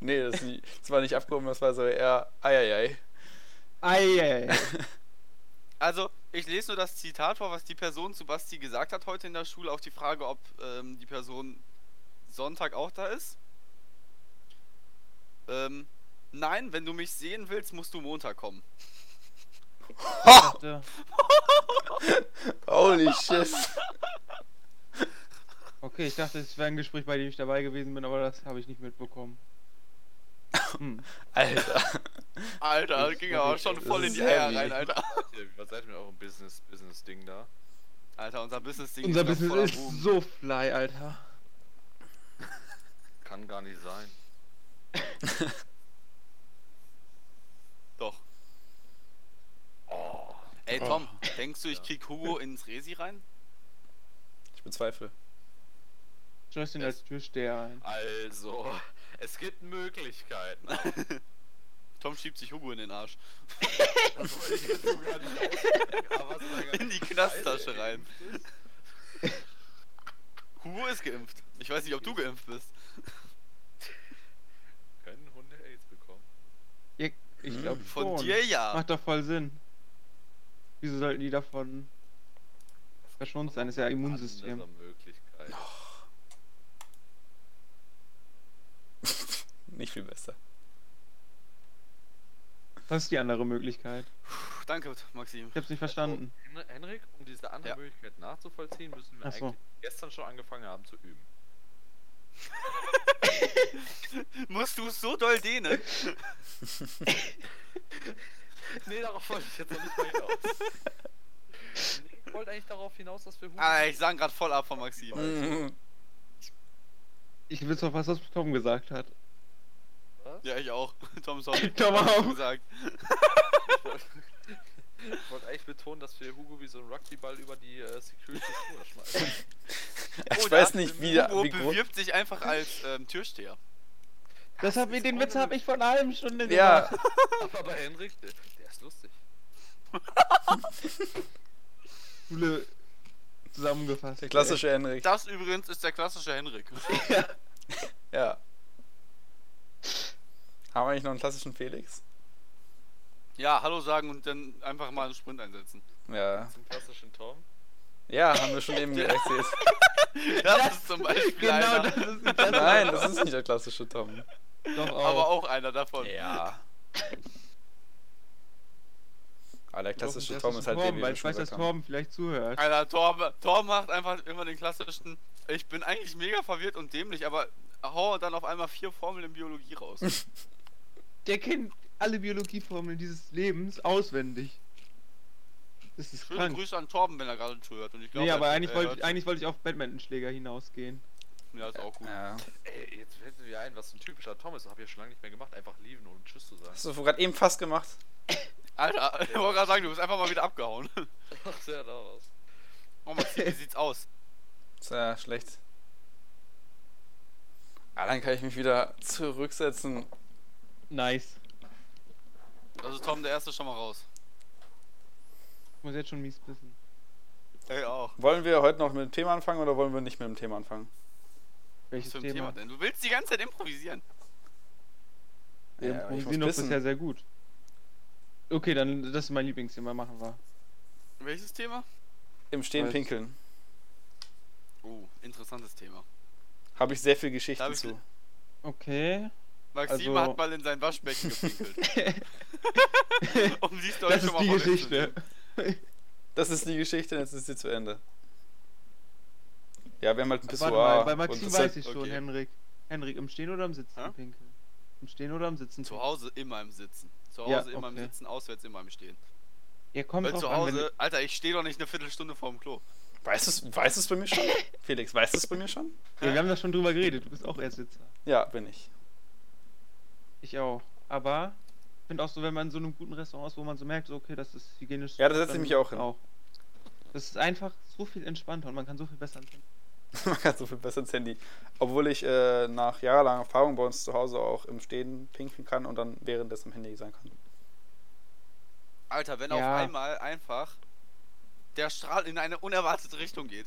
Nee, das, ist nie- das war nicht abgehoben, das war so eher eieiei. Eieiei. Also, ich lese nur das Zitat vor, was die Person zu Basti gesagt hat heute in der Schule auf die Frage, ob ähm, die Person Sonntag auch da ist. Ähm, nein, wenn du mich sehen willst, musst du Montag kommen. Dachte, Holy shit. Okay, ich dachte, es wäre ein Gespräch, bei dem ich dabei gewesen bin, aber das habe ich nicht mitbekommen. Hm. Alter. Alter, Das ging aber ist schon voll in die heavy. Eier rein, Alter. Ihr- Was seid ihr mit eurem Business, Business-Ding da? Alter, unser Business-Ding Unser noch Business voller ist Boom. so fly, Alter. Kann gar nicht sein. Doch. Oh. Ey, Tom, denkst du, ich Ja. krieg Hugo ins Resi rein? Ich bezweifle. [LAUGHS] Justin Es- als Türsteher ein. [LAUGHS] Also, es gibt Möglichkeiten. Tom Tom schiebt sich Hugo in den Arsch. Das wollte ich jetzt so gar nicht ausdrücken, aber solange- In die Knasttasche Scheiße, rein. ey. Hugo ist geimpft. Ich weiß nicht, ob du geimpft bist. Können Hunde AIDS bekommen? Ich, ich Hm, glaube Von dir ja. Macht doch voll Sinn. Wieso sollten die davon verschont sein? Ist ja Immunsystem. Andere Möglichkeit. Nicht viel besser. Das ist die andere Möglichkeit. Puh, danke, Maxim. Ich hab's nicht verstanden. Hen- Henrik, um diese andere Ja. Möglichkeit nachzuvollziehen, müssen wir Ach so. eigentlich gestern schon angefangen haben zu üben. Musst du es so doll dehnen? [LAUGHS] Nee, darauf wollte ich jetzt [LAUGHS] noch nicht mal hinaus. Nee, ich wollte eigentlich darauf hinaus, dass wir Hugo. Ah, ich sang gerade voll ab von Maxim. Mhm. [LAUGHS] Ich will doch was, was Tom gesagt hat. Was? Ja, ich auch. [LAUGHS] Tom, sorry. [LAUGHS] Tom Hast du auch. gesagt. Ich wollte- ich wollte eigentlich betonen, dass wir Hugo wie so einen Rugbyball über die äh, Security-Tour schmeißen. [LAUGHS] Ich Oh, da weiß hat nicht, wie, Hugo wie groß. bewirbt sich einfach als ähm, Türsteher. Das hab ich, den Witz habe ich vor einer halben Stunde Ja, gemacht. Aber Henrik, der, der ist lustig. Schule zusammengefasst. der klassische Henrik. Das übrigens ist der klassische [LAUGHS] Henrik. Ja. Haben wir eigentlich noch einen klassischen Felix? Ja, hallo sagen und dann einfach mal einen Sprint [LAUGHS] einsetzen. Ja. Zum klassischen Tom. Ja, haben wir schon eben gewechselt. Das ist zum Beispiel Genau, einer, das ist [LAUGHS] das Nein, das ist nicht der klassische Tom. doch auch. aber auch einer davon. Ja. Aber der klassische Das Tom ist halt der, Torben, wie weil wir ich schon weiß, dass gesagt haben. Torben vielleicht zuhört. Alter, Tor, Tor macht einfach immer den klassischen. Ich bin eigentlich mega verwirrt und dämlich, aber hau dann auf einmal vier Formeln in Biologie raus. [LAUGHS] Der kennt alle Biologieformeln dieses Lebens auswendig. Das ist Schöne krank. Grüße an Torben, wenn er gerade zuhört. Und ich glaube, Nee, aber er- eigentlich er wollte ich, hört- eigentlich wollte ich auf Badmintonschläger hinausgehen. Ja, ist auch gut. Ja. Ey, jetzt fällt mir wieder ein, was so ein typischer Tom ist. Hab ich ja schon lange nicht mehr gemacht. Einfach lieben und Tschüss zu sagen. Hast du gerade eben fast gemacht? Alter, [LAUGHS] ich wollte gerade sagen, du bist einfach mal wieder abgehauen. [LAUGHS] Ach, [LAUGHS] sehr daraus. Oh, Maxi, wie sieht's aus? Ist ja schlecht. Ah, dann kann ich mich wieder zurücksetzen. Nice. Also, Tom, der erste ist schon mal raus. Ich muss jetzt schon mies pissen. Ey, auch. Wollen wir heute noch mit dem Thema anfangen oder wollen wir nicht mit dem Thema anfangen? Was Welches für ein Thema? Thema? denn? Du willst die ganze Zeit improvisieren. Wir Ja, aber ich muss improvisieren doch pissen. bisher sehr gut. Okay, dann das ist mein Lieblingsthema, machen wir. Welches Thema? Im Stehen Weiß- pinkeln. Oh, interessantes Thema. Habe ich sehr viel Geschichten Darf ich- zu. Okay. Maxim Also- hat mal in sein Waschbecken gepinkelt. [LAUGHS] um die Story das schon ist mal die vorwegzunehmen. Geschichte. Das ist die Geschichte, jetzt ist sie zu Ende. Ja, wir haben halt ein Pissoir. Warte mal, bei und Maxim das halt- weiß hat- ich schon, okay. Henrik. Henrik, im Stehen oder im Sitzen Hä? pinkeln? Im Stehen oder im Sitzen Zu pinkeln? Hause immer im Sitzen. Zu Hause Ja, immer im okay. Sitzen, auswärts immer im Stehen. Ja, kommt Weil drauf zu an, wenn Hause, Alter, ich stehe doch nicht eine Viertelstunde vorm Klo. Weißt du es weiß du's bei mir [LAUGHS] schon? Felix, weißt du es bei mir schon? du- Ja, wir haben da schon drüber geredet, du bist auch erst Sitzer. Ja, bin ich. [LAUGHS] Ich auch. Aber ich finde auch so, wenn man in so einem guten Restaurant ist, wo man so merkt, so, okay, das ist hygienisch. Ja, da setze ich dann mich auch hin. Das ist einfach so viel entspannter und man kann so viel besser anfangen. Man kann so viel besser ins Handy. Obwohl ich äh, nach jahrelanger Erfahrung bei uns zu Hause auch im Stehen pinkeln kann und dann währenddessen im Handy sein kann. Alter, wenn Ja. auf einmal einfach der Strahl in eine unerwartete Richtung geht.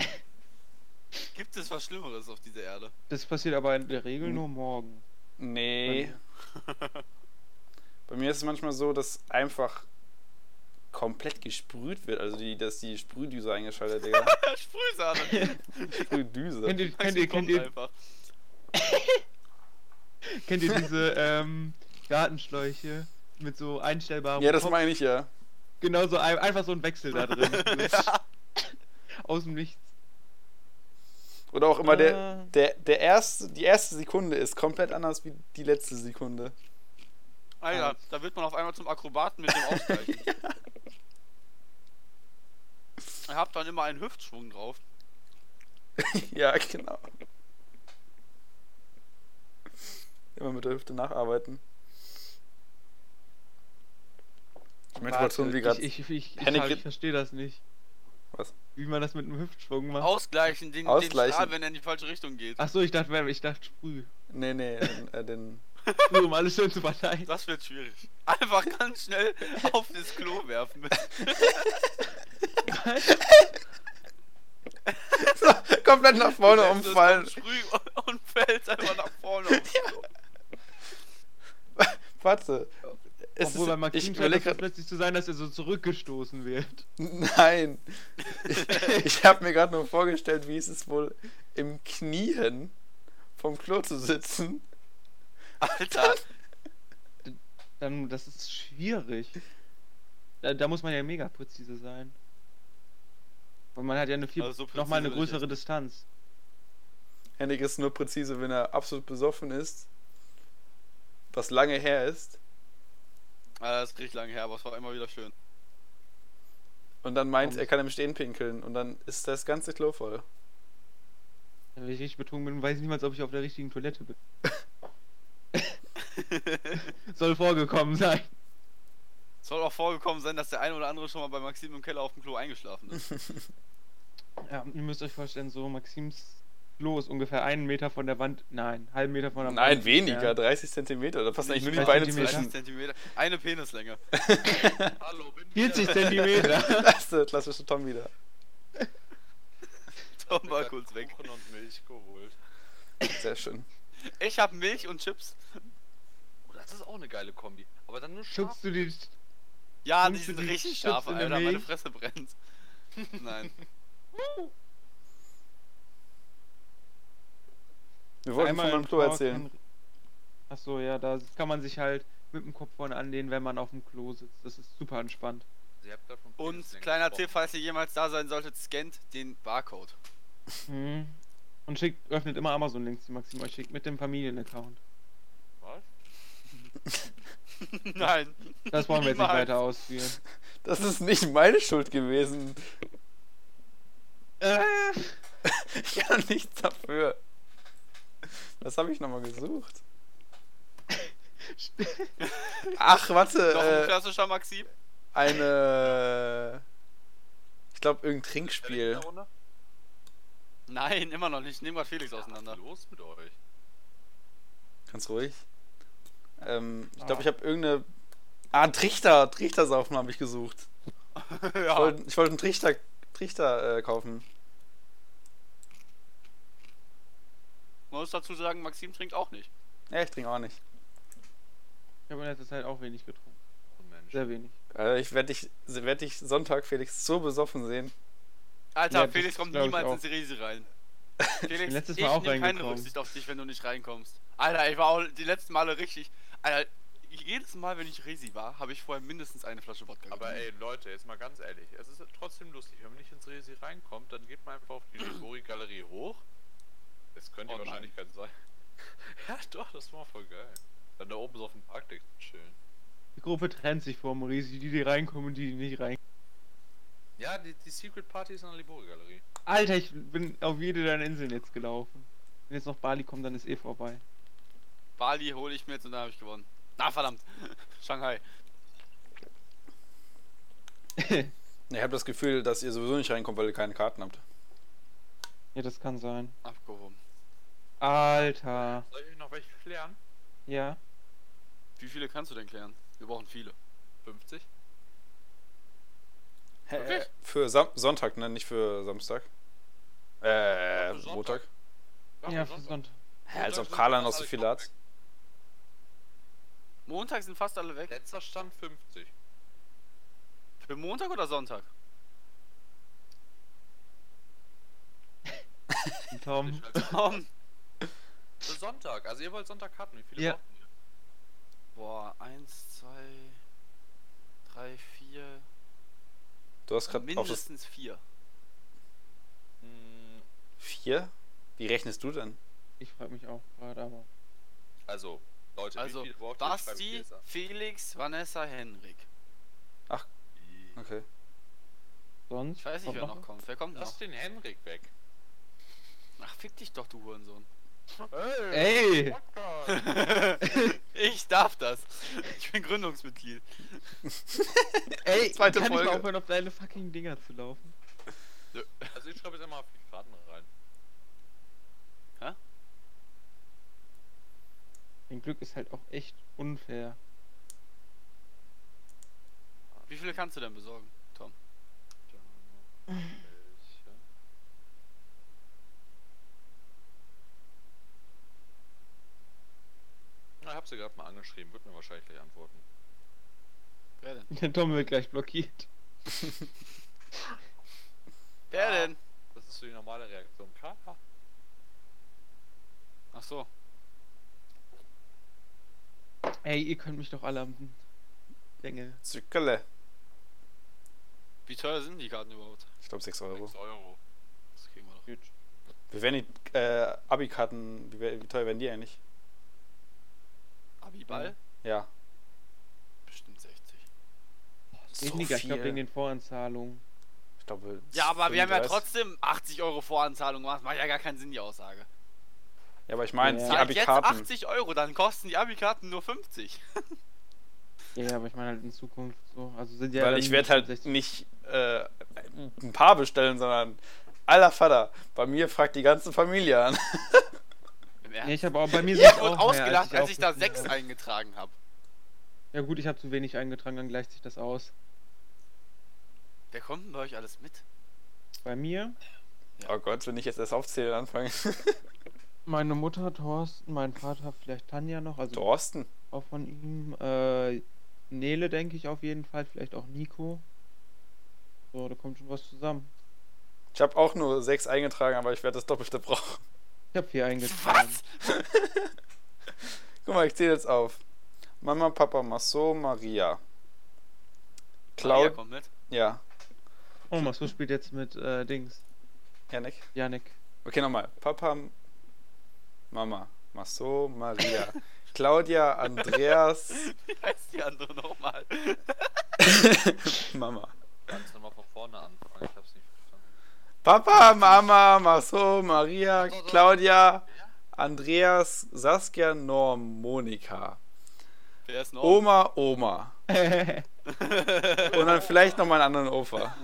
[LAUGHS] Gibt es was Schlimmeres auf dieser Erde? [LAUGHS] Das passiert aber in der Regel Hm. nur morgen. Nee. [LAUGHS] Bei mir ist es manchmal so, dass einfach komplett gesprüht wird. Also, die, dass die Sprühdüse eingeschaltet wird, [LAUGHS] Digga. Sprühsahne. Sprühdüse. Kennt ihr, kennt Maxi ihr, kennt kommt ihr, einfach. kennt ihr diese ähm, Gartenschläuche mit so einstellbaren Ja, das Kopf? meine ich ja. Genau so ein, einfach so ein Wechsel [LAUGHS] da drin. Ja. Aus dem Nichts. Oder auch immer der, Ah. der, der erste, die erste Sekunde ist komplett anders wie die letzte Sekunde. Alter, Ah da wird man auf einmal zum Akrobaten mit dem Ausgleichen. [LAUGHS] Ihr habt dann immer einen Hüftschwung drauf. [LAUGHS] ja, genau. Immer mit der Hüfte nacharbeiten. Ich möchte mal tun, wie gerade. ich, ich, ich, ich, Henrik ich red- verstehe das nicht. Was? Wie man das mit einem Hüftschwung macht. Ausgleichen, den, Ausgleichen. [LAUGHS] den Strahl, wenn er in die falsche Richtung geht. Ach so, ich dachte, ich dachte Sprüh. Nee, nee, den, äh, den Nur um alles schön zu [LAUGHS] verteilen. Das wird schwierig. Einfach ganz schnell auf das Klo werfen [LAUGHS] müssen. Komplett nach vorne Selbst das umfallen. Sprüh- Und fällt einfach nach vorne. um. Warte. Es Obwohl ist, bei ich Maxim scheint überlege das so gerade. plötzlich zu sein, dass er so zurückgestoßen wird. [LAUGHS] Nein. Ich, ich habe mir gerade nur vorgestellt, wie ist es wohl im Knien vom Klo zu sitzen. [LAUGHS] Alter. Dann, Ähm, das ist schwierig. Da, da muss man ja mega präzise sein. Weil man hat ja eine viel, Also so präzise nochmal eine bin ich größere jetzt nicht. Distanz. Henrik ist nur präzise, wenn er absolut besoffen ist. Was lange her ist. Ah, Das ist richtig lange her, aber es war immer wieder schön. [LAUGHS] Und dann meint, er kann im Stehen pinkeln. Und dann ist das ganze Klo voll. Wenn ich richtig betrunken bin, weiß ich niemals, ob ich auf der richtigen Toilette bin. Soll vorgekommen sein. Soll auch vorgekommen sein, dass der eine oder andere schon mal bei Maxim im Keller auf dem Klo eingeschlafen ist. Ja, ihr müsst euch vorstellen, so Maxims Klo ist ungefähr einen Meter von der Wand. Nein, einen halben Meter von der Wand. Nein, weniger. entfernt. 30 Zentimeter. Da passen eigentlich nur die weiß Beine nicht, wie zwischen. 30 Zentimeter. Eine Penislänge. [LAUGHS] Hallo, bin 40 Zentimeter. [LAUGHS] Das ist der klassische Tom wieder. Tom mal kurz weg. Kuchen und Milch geholt. Sehr schön. Ich hab Milch und Chips. Oh, das ist auch eine geile Kombi. Aber dann nur scharf. Schubst du die. Ja, die Nimmst du sind die richtig Chips scharf, in der Alter. Meine Milch? Fresse [LAUGHS] brennt. Nein. Wir wollten von meinem im Klo Tor erzählen. kann- Ach so, ja, da kann man sich halt mit dem Kopf vorne anlehnen, wenn man auf dem Klo sitzt. Das ist super entspannt. Sie habt grad von Und Penislänge Oh. kleiner gesprochen. Tipp, falls ihr jemals da sein solltet, scannt den Barcode. [LAUGHS] Mhm. Und schickt, öffnet immer Amazon-Links, die Maxim euch schickt, mit dem Familienaccount. Was? Nein. Das wollen wir jetzt nicht Niemals. weiter ausführen. Das ist nicht meine Schuld gewesen. Äh, Ich kann nichts dafür. Was habe ich nochmal [LAUGHS] gesucht? Ach, Doch ein warte. Äh, klassischer Maxim. eine. Ich glaube, irgendein Trinkspiel. Nein, immer noch nicht. Ich nehme grad Felix auseinander. Was ist los mit euch? Ganz ruhig. Ähm, ich glaube, Ah. ich habe irgendeine. Ah, Trichter. Trichtersaufen habe ich gesucht. Ich ja. wollte ich wollte einen Trichter, Trichter äh, kaufen. Man muss dazu sagen, Maxim trinkt auch nicht. Ja, ich trinke auch nicht. Ich habe in letzter Zeit auch wenig getrunken. Oh Mensch. Sehr wenig. Also ich werde dich, werd dich Sonntag, Felix, so besoffen sehen. Alter, Ja, das Felix kommt glaub ich niemals auch. ins Resi [LAUGHS] rein. bin Felix, letztes ich Mal auch nehm keine reingekommen. Rücksicht auf dich, wenn du nicht reinkommst. Alter, ich war auch die letzten Male richtig. Alter, jedes Mal, wenn ich Resi war, habe ich vorher mindestens eine Flasche Wodka Aber getrunken. ey, Leute, jetzt mal ganz ehrlich, es ist trotzdem lustig. Wenn man nicht ins Resi reinkommt, dann geht man einfach auf die Ligori-Galerie hoch. Das könnte Oh die nein. Wahrscheinlichkeit sein. [LAUGHS] ja, doch, das war voll geil. Dann da oben so auf dem Parkdeck chillen. Die Gruppe trennt sich vor Morisi, die, die reinkommen und die, die nicht reinkommen. Ja, die, die Secret Party ist in der Ligori-Galerie. Alter, ich bin auf jede deiner Inseln jetzt gelaufen. Wenn jetzt noch Bali kommt, dann ist eh vorbei. [LAUGHS] Bali hole ich mir jetzt und dann habe ich gewonnen. Na verdammt. [LAUGHS] Shanghai. Ich habe das Gefühl, dass ihr sowieso nicht reinkommt, weil ihr keine Karten habt. Ja, das kann sein. Abgehoben. Alter. Soll ich euch noch welche klären? Ja. Wie viele kannst du denn klären? Wir brauchen viele. 50? Hä, Wirklich? äh, Für Sam Sonntag, ne? Nicht für Samstag. Äh, Für Sonntag. Montag. Ja, für Sonntag. Hä, als ob Montag Carla sind noch fast so alle viel hat. Montag sind fast alle Äh. weg. Letzter Stand [LAUGHS] 50. Für Montag oder [LAUGHS] Sonntag? Tom. Um, Für Also Sonntag, also ihr wollt Sonntag Karten, wie viele Ja. braucht ihr? boah, eins, zwei, drei, vier, Du hast gerade auf das mindestens vier. Hm, vier? Wie rechnest du denn? Ich frage mich auch gerade, aber. Also, Leute, Also wie viele braucht ihr? Schreibt mir Basti, jetzt an. Felix, Vanessa, Henrik. [LAUGHS] Okay. Sonst. Ich weiß nicht, kommt wer noch kommt. Wer kommt Lass noch? den Henrik weg. Ach, fick dich doch, du [LAUGHS] Hurensohn. Ey! ich darf das. Ich bin Gründungsmitglied. [LAUGHS] Ey, Zweite kann ich Folge. mal aufhören, auf deine fucking Dinger zu laufen? Also ich schreibe jetzt immer auf die Karten rein. Mein Glück ist halt auch echt unfair. [LAUGHS] Wie viele kannst du denn besorgen, Tom? Welche? Na, ich hab sie gerade mal angeschrieben, wird mir wahrscheinlich gleich antworten. Wer denn? Der Tom wird gleich blockiert. Wer Ja. denn? Das ist so die normale Reaktion. Kaka. Ach so. Ey, ihr könnt mich doch alle am Dengel. Zückerle. Wie teuer sind die Karten überhaupt? Ich glaube 6 Euro. 6 Euro. Das kriegen wir doch. Gut. Wie werden die äh, Abi-Karten, wie, we- wie teuer werden die eigentlich? Ah, Abiball? Ja. Bestimmt 60. Weniger, ich glaube wegen den Voranzahlungen. Ich äh, glaube, Ja, aber wir haben ja 35. trotzdem 80 Euro Voranzahlung gemacht. Macht ja gar keinen Sinn, die Aussage. Ja, aber ich meine, Ja. die Zahlt jetzt Abi-Karten. 80 Euro, dann kosten die Abi-Karten nur 50. Ja, ja, aber ich meine halt in Zukunft so. Also sind ja Weil dann ich werde halt 60. nicht äh, ein paar bestellen, sondern aller Vater. Bei mir fragt die ganze Familie an. Im Ja, Ernst. ich habe auch bei mir Ich sind es wurde auch mehr, ausgelacht, als ich da aufgeschrieben 6 habe. eingetragen habe. Ja gut, ich habe zu wenig eingetragen, dann gleicht sich das aus. Wer kommt denn bei euch alles mit? Bei mir, Oh Gott, wenn ich jetzt erst aufzählen anfange. [LAUGHS] meine Mutter, Thorsten, mein Vater, vielleicht Tanja noch, also Thorsten. auch von ihm. Äh, Nele denke ich auf jeden Fall, vielleicht auch Nico. So, da kommt schon was zusammen. Ich habe auch nur sechs eingetragen, aber ich werde das Doppelte brauchen. Ich habe vier eingetragen. Guck mal, ich zähle jetzt auf. Mama, Papa, Masso, Maria. Maria Claud kommt mit. ja. Oh, Masso spielt jetzt mit äh, Dings, Janik. Janik. Okay, nochmal. Papa, Mama, Masso, [LAUGHS] Maria. Claudia, Andreas, Wie heißt die andere nochmal? Mama. Kannst du nochmal von vorne anfangen? Ich hab's nicht verstanden. Papa, Mama, Masso, Maria, so, so. Claudia, Andreas, Saskia, Norm, Monika. Wer ist noch? Oh. Oma, [LAUGHS] Oma. Und dann vielleicht noch mal einen anderen Opa.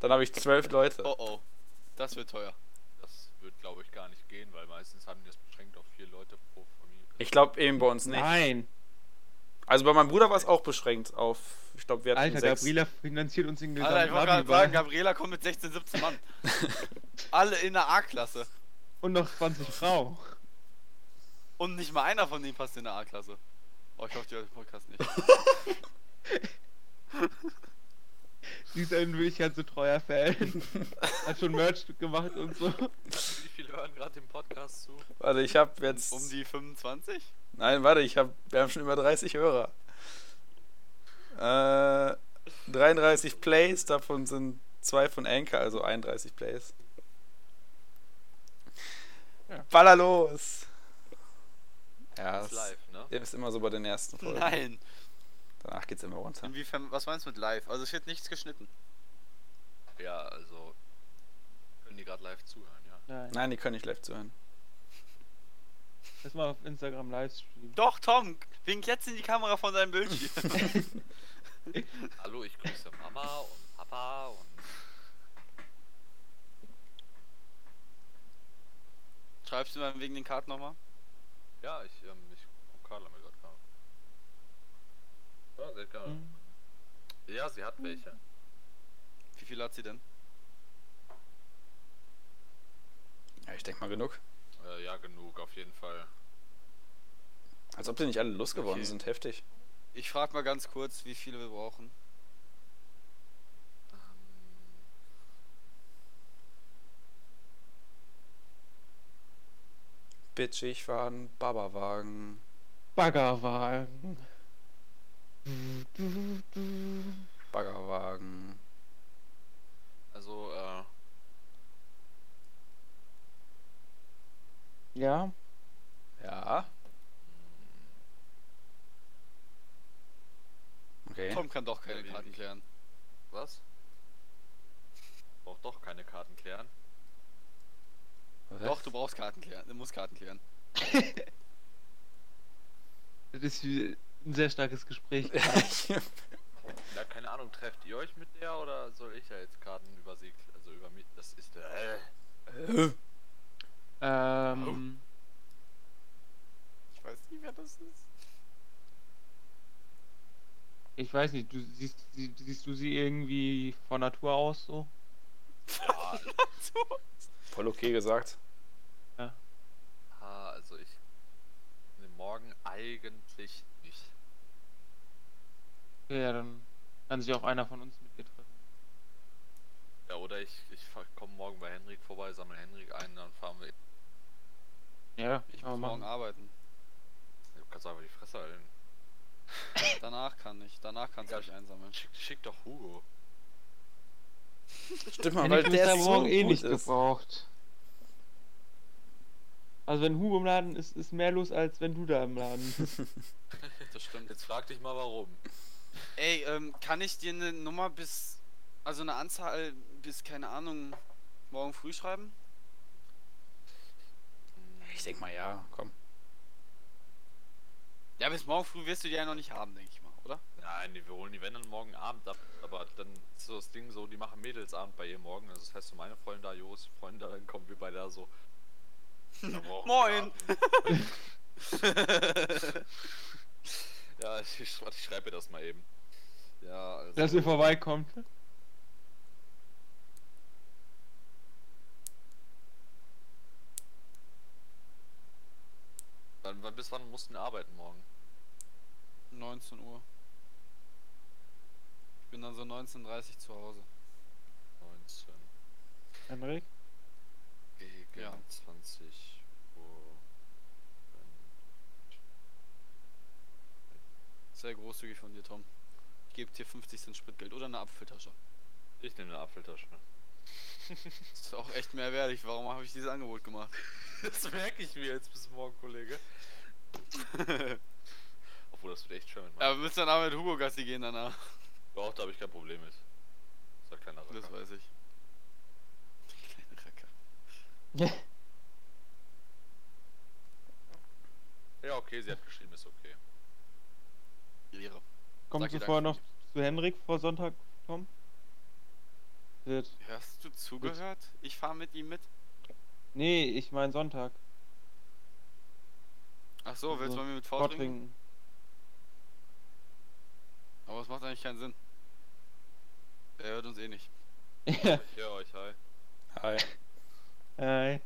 Dann habe ich zwölf Leute. Oh oh. Das wird teuer. Das wird, glaube ich, gar nicht gehen, weil meistens haben die das beschränkt auf vier Leute pro Familie. Ich glaube eben bei uns nicht. Nein! Also bei meinem Bruder war es auch beschränkt auf, ich glaube, wir hatten Alter, sechs. Gabriela finanziert uns den Alter, ich gesamten wollte gerade Abiball. sagen, Gabriela kommt mit 16, 17 [LAUGHS] Mann. Alle in der A-Klasse. Und noch 20 [LAUGHS] Frau. Und nicht mal einer von denen passt in der A-Klasse. Oh, ich hoffe, die hört den Podcast [LAUGHS] nicht. Die ist ein wirklich ganz so treuer Fan. Hat schon Merch gemacht und so. Wie Also, viele hören gerade dem Podcast zu? [LAUGHS] Warte, ich habe jetzt. Um die 25? Nein, warte, ich hab, wir haben schon über 30 Hörer. Äh, 33 Plays, davon sind zwei von Anchor, also 31 Plays. Baller los! Ja, Das ist es live, ne? ist immer so bei den ersten Folgen. Nein. Danach geht's immer runter. Inwiefern, was meinst du mit live? Also es wird nichts geschnitten. Ja, also. Können die gerade live zuhören, ja. Nein, Nein, die können nicht live [LAUGHS] zuhören. das mal auf Instagram Livestream. Doch, Tom, wink jetzt in die Kamera von deinem [LAUGHS] Bildschirm. Hallo, ich grüße Mama und Papa und. Schreibst du mal wegen den Karten nochmal? Ja, ich, ähm, ich. Oh, Carla mir gerade kam. Ja, sie hat gar- Hm. ja, sie hat welche. Wie viel hat sie denn? Ja, ich denke mal genug. Äh, ja, genug, auf jeden Fall. Als ob die nicht alle losgeworden Okay. sind, heftig. Ich frag mal ganz kurz, wie viele wir brauchen. Ähm, Bitchig fahren, Babawagen. Baggerwagen. Baggerwagen. Also, äh, Ja, Ja. Okay. Tom kann doch keine Ja, wie- Karten klären. was? Braucht doch keine Karten klären. Doch, du brauchst Karten klären. Du musst Karten klären. das ist wie ein sehr starkes Gespräch. Ja, keine Ahnung, trefft ihr euch mit der oder soll ich ja jetzt Karten über sie, also über mich, das ist, äh, ähm, Ich weiß nicht, wer das ist. Ich weiß nicht, du siehst, sie, siehst du sie irgendwie von Natur aus so? Ja, [LAUGHS] Voll okay gesagt. ah, also ich. Ne, morgen eigentlich nicht. Okay, ja, dann kann sich auch einer von uns mit ihr treffen. Ja, oder ich, ich komme morgen bei Henrik vorbei, sammle Henrik ein, dann fahren wir. Ja, Ich kann muss man morgen machen. arbeiten. Du kannst einfach die Fresse halten. Danach kann ich. Danach kannst du Ja. mich einsammeln. Schick, schick doch Hugo. Stimmt mal, Hätte weil ich mich da der morgen so eh gut nicht ist. gebraucht. Also wenn Hugo im Laden ist, ist mehr los, als wenn du da im Laden [LAUGHS] bist. Das stimmt. Jetzt frag dich mal warum. Ey, ähm, kann ich dir eine Nummer bis. Also eine Anzahl bis, keine Ahnung, morgen früh schreiben? Ich denk mal, ja, komm. Ja, bis morgen früh wirst du die ja noch nicht haben, denke ich mal, [LAUGHS] oder? Nein, die- wir holen die wenn dann morgen Abend ab. Aber dann ist so das Ding so, die machen Mädelsabend bei ihr morgen. Also das heißt, so meine Freundin da, Joris Freundin da, dann kommen wir beide da so. "Ja, morgen Moin." Abend. [LAUGHS] ja, ich, ich, warte, ich schreibe ihr das mal eben. Ja, also. Dass ihr vorbeikommt. Wann, wann, bis wann mussten wir arbeiten morgen? 19 Uhr. Ich bin dann so 19.30 Uhr zu Hause. 19 [LAUGHS] Henrik? gegen Ja. 20 Uhr. Sehr großzügig von dir, Tom. Ich gebe dir 50 Cent Spritgeld oder eine Apfeltasche. Ich nehme eine Apfeltasche. ne? Das ist auch echt mehrwertig. Warum habe ich dieses Angebot gemacht? [LAUGHS] [LAUGHS] Das merke ich mir jetzt bis morgen, Kollege. Obwohl, das wird echt schön. Mann. Ja, wir müssen dann aber mit Hugo Gassi gehen danach. Doch, da habe ich kein Problem mit. Ist halt keiner Das weiß ich. Kleine Racker. Ja, okay, sie hat geschrieben, ist okay. Lehrer. Kommst Sag du ihr vorher noch Danke. zu Henrik vor Sonntag, Tom? Wird. Hörst du zugehört? Ich fahre mit ihm mit. Nee, ich mein Sonntag. Ach so, willst du Also, bei mir mit vortrinken? Vortrinken. Aber es macht eigentlich keinen Sinn. Er hört uns eh nicht. Ja. [LAUGHS] Ich höre euch, hi. Hi, Äh,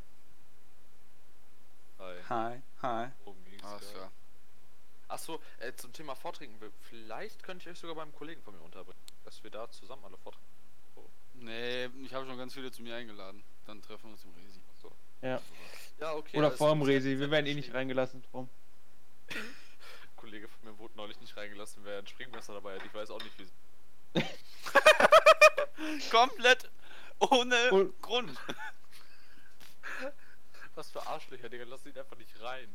Hi. hi, hi. Oben ging's Alles ja. klar. Achso, äh, zum Thema Vortrinken. wir- Vielleicht könnte ich euch sogar beim Kollegen von mir unterbringen, dass wir da zusammen alle vortrinken. Nee, ich habe schon ganz viele zu mir eingeladen. Dann treffen wir uns im Resi. ja. Ja, okay. Oder alles vorm gut, ich Resi, hab's wir werden eh nicht geschrieben. reingelassen drum. Ein Kollege von mir wurde neulich nicht reingelassen, weil er ein Springmesser dabei hat. Ich weiß auch nicht, wie Komplett ohne Und- Grund. Was für Arschlöcher, Digga, lass ihn einfach nicht rein.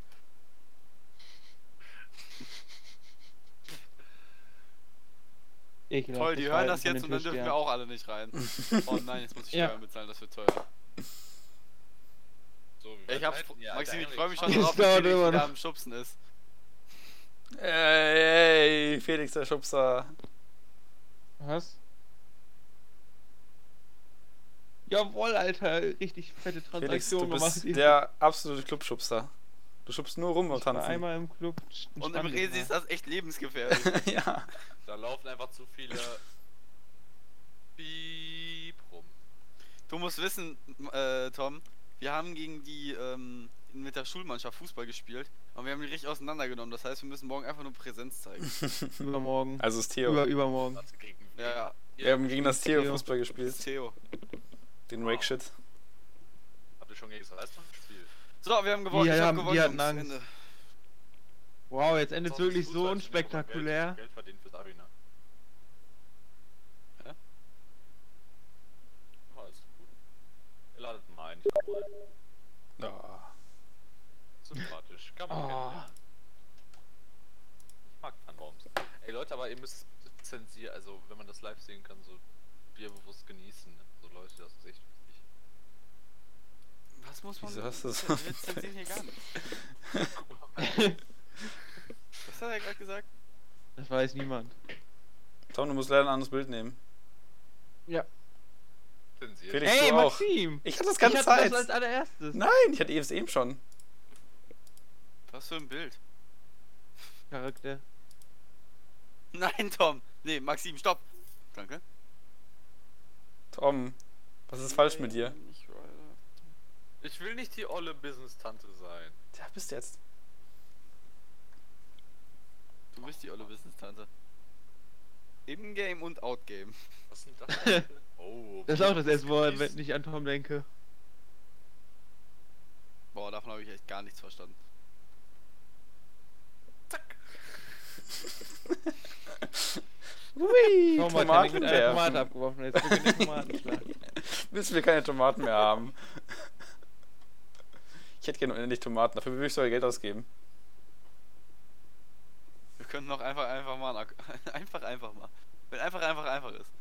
Ekelhaft, Toll, die ich hören war das hinter jetzt und den dann Tisch dürfen wir gegangen. auch alle nicht [LAUGHS] rein. Oh nein, jetzt muss ich Ja. Steuern bezahlen, das wird teuer. So, wir Ich hab, halten hier, Maxim, ich Alter, freue mich schon Das [LAUGHS] drauf, dauert dass Felix immer wieder noch. am Schubsen ist. Ey, ey, Felix der Schubser. Was? Jawohl, Alter, richtig fette Felix, du Transaktion gemacht. bist der absolute Clubschubser. Du schubst nur rum am ich war Tanzen. einmal im Club. stand Und im ich Resi mal. ist das echt lebensgefährlich. [LAUGHS] ja. [LAUGHS] Da laufen einfach zu [LAUGHS] viele. Piep rum. Du musst wissen, m- äh, Tom, wir haben gegen die ähm, mit der Schulmannschaft Fußball gespielt und wir haben die richtig auseinandergenommen. Das heißt, wir müssen morgen einfach nur Präsenz [LAUGHS] zeigen. übermorgen. Also ist Theo. Über, übermorgen. Also gegen ja, ja, Wir haben gegen das Theo Theo. Fußball das ist gespielt. Theo. Den Wake Shit. Habt ihr schon gegen das Reismann gespielt? So, wir haben gewonnen. Die ich haben- hab die gewonnen. hatten Jungs. Angst. Ende. Wow, jetzt endet Sonst wirklich ist so Fußball, ich hab aber unspektakulär. Geld, Geld verdient fürs Abi, ne? Hä? Ja, ist gut. Ihr ladet mal ein, ich komm rein. Ja. Sympathisch. Kann man Oh, kennenlernen. Ich mag Tannenbaums. Ey Leute, aber ihr müsst zensieren, also wenn man das live sehen kann, so bierbewusst genießen. So Leute, das ist echt wichtig. Was muss man. Wieso hast du so Wir [LAUGHS] einen zensieren hier gar nicht. Was hat er gerade gesagt? [LAUGHS] das weiß niemand. Tom, du musst leider ein anderes Bild nehmen. Ja. Zensiert. Felix, Hey, du auch. Maxim! Ich hatte das Ich ganze hatte Zeit. das als allererstes. Nein, ich hatte es eben schon. Was für ein Bild. Charakter. Nein, Tom. Nee, Maxim, stopp. Danke. Tom, was ist falsch mit dir? Nicht Ryder. Ich will nicht die olle Business-Tante sein. Ja, bist du jetzt. Du bist die olle Business-Tante. Im Game und Out Game. Was denn das? [LAUGHS] oh. Das ist auch das erste Wort, wenn ich an Tom denke. Boah, davon habe ich echt gar nichts verstanden. Hui, Tom hat ja mit einer Tomate [LAUGHS] abgeworfen, jetzt beginnt die Tomatenschlacht. Bis wir keine Tomaten mehr haben. Ich hätte gerne unendlich Tomaten, dafür würde ich sogar Geld ausgeben. Wir können noch einfach, einfach mal. einen Ak- [LAUGHS] Einfach, einfach mal. Wenn einfach, einfach, einfach ist.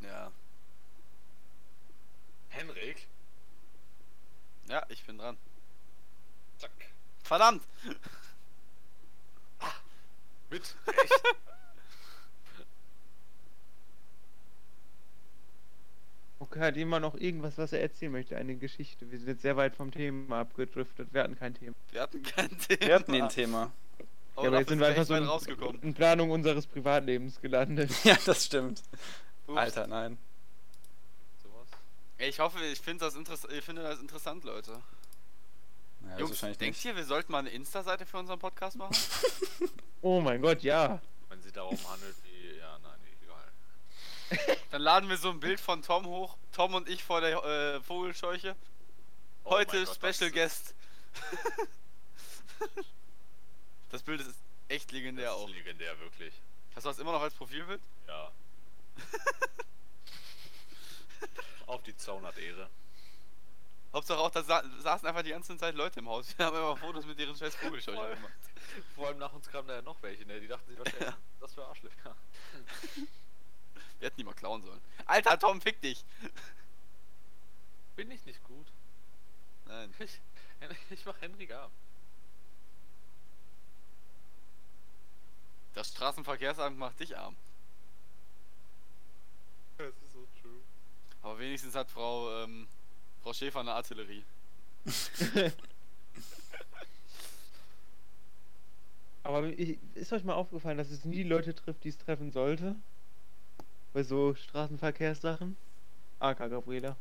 Ja. Henrik? Ja, ich bin dran. Zack. Verdammt! Mit Recht. Okay, hat jemand noch irgendwas, was er erzählen möchte? Eine Geschichte. Wir sind jetzt sehr weit vom Thema abgedriftet. Wir hatten kein Thema. Wir hatten kein [LAUGHS] Thema. Wir hatten eh ein Thema. [LAUGHS] Oh, Ja, aber jetzt sind wir einfach so weit in- rausgekommen. In Planung unseres Privatlebens gelandet. Ja, das stimmt. Ups. Alter, nein. Sowas. Ey, Ich hoffe, ich finde das, interess ich finde das interessant, Leute. Naja, Jungs, wahrscheinlich denkt ihr, wir sollten mal eine Insta-Seite für unseren Podcast machen? Oh mein Gott, ja. Wenn sie darum handelt, wie. Ja, nein, egal. Dann laden wir so ein Bild von Tom hoch. Tom und ich vor der äh, Vogelscheuche. Oh Heute mein Gott, Special das- Guest. [LAUGHS] das Bild ist echt Das legendär ist auch. legendär, wirklich. Hast du das immer noch als Profilbild? Ja. Auf die 200 Ehre. Hauptsache auch, da sa saßen einfach die ganze Zeit Leute im Haus. Wir haben immer Fotos mit ihren scheiß Vogelscheuchen gemacht. Vor allem nach uns kamen da ja noch welche, ne? Die dachten sich wahrscheinlich, Ja. [LAUGHS] das wäre Arschlöcher. Wir hätten die mal klauen sollen. Alter, Tom, fick dich! Bin ich nicht gut. [LAUGHS] Nein. Ich, ich mach Henrik ab. Das Straßenverkehrsamt macht dich arm. Das ist so true. Aber wenigstens hat Frau, ähm, Frau Schäfer eine Artillerie. [LAUGHS] Aber ich, ist euch mal aufgefallen, dass es nie die Leute trifft, die es treffen sollte? Bei so Straßenverkehrssachen? AK Gabriela.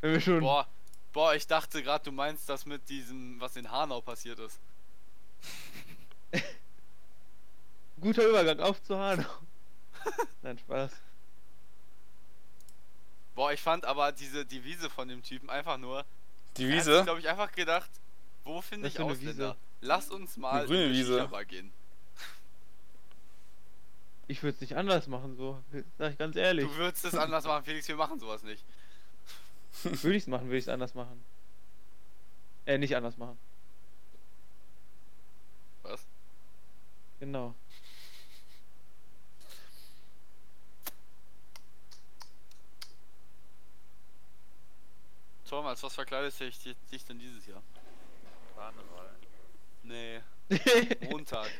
Wenn wir schon. Boah, boah, ich dachte gerade, du meinst das mit diesem, was in Hanau passiert ist. Guter Übergang, auf zu Hanau. [LAUGHS] Nein, Spaß. Boah, ich fand aber diese Devise von dem Typen einfach nur. [LAUGHS] Die Er hat Wiese? glaube ich, einfach gedacht, wo finde Was ich für eine Ausländer? Wiese? Lass uns mal Eine grüne in die Wiese. Shisha-Bar gehen. Ich würde es nicht anders machen, so. Sag ich ganz ehrlich. Du würdest es anders machen, Felix, wir machen sowas nicht. Würde ich es machen, würde ich es anders machen. Äh, nicht anders machen. Was? Genau. Tom, als was verkleidest du dich, dich denn dieses Jahr? Karneval. Nee, Montag.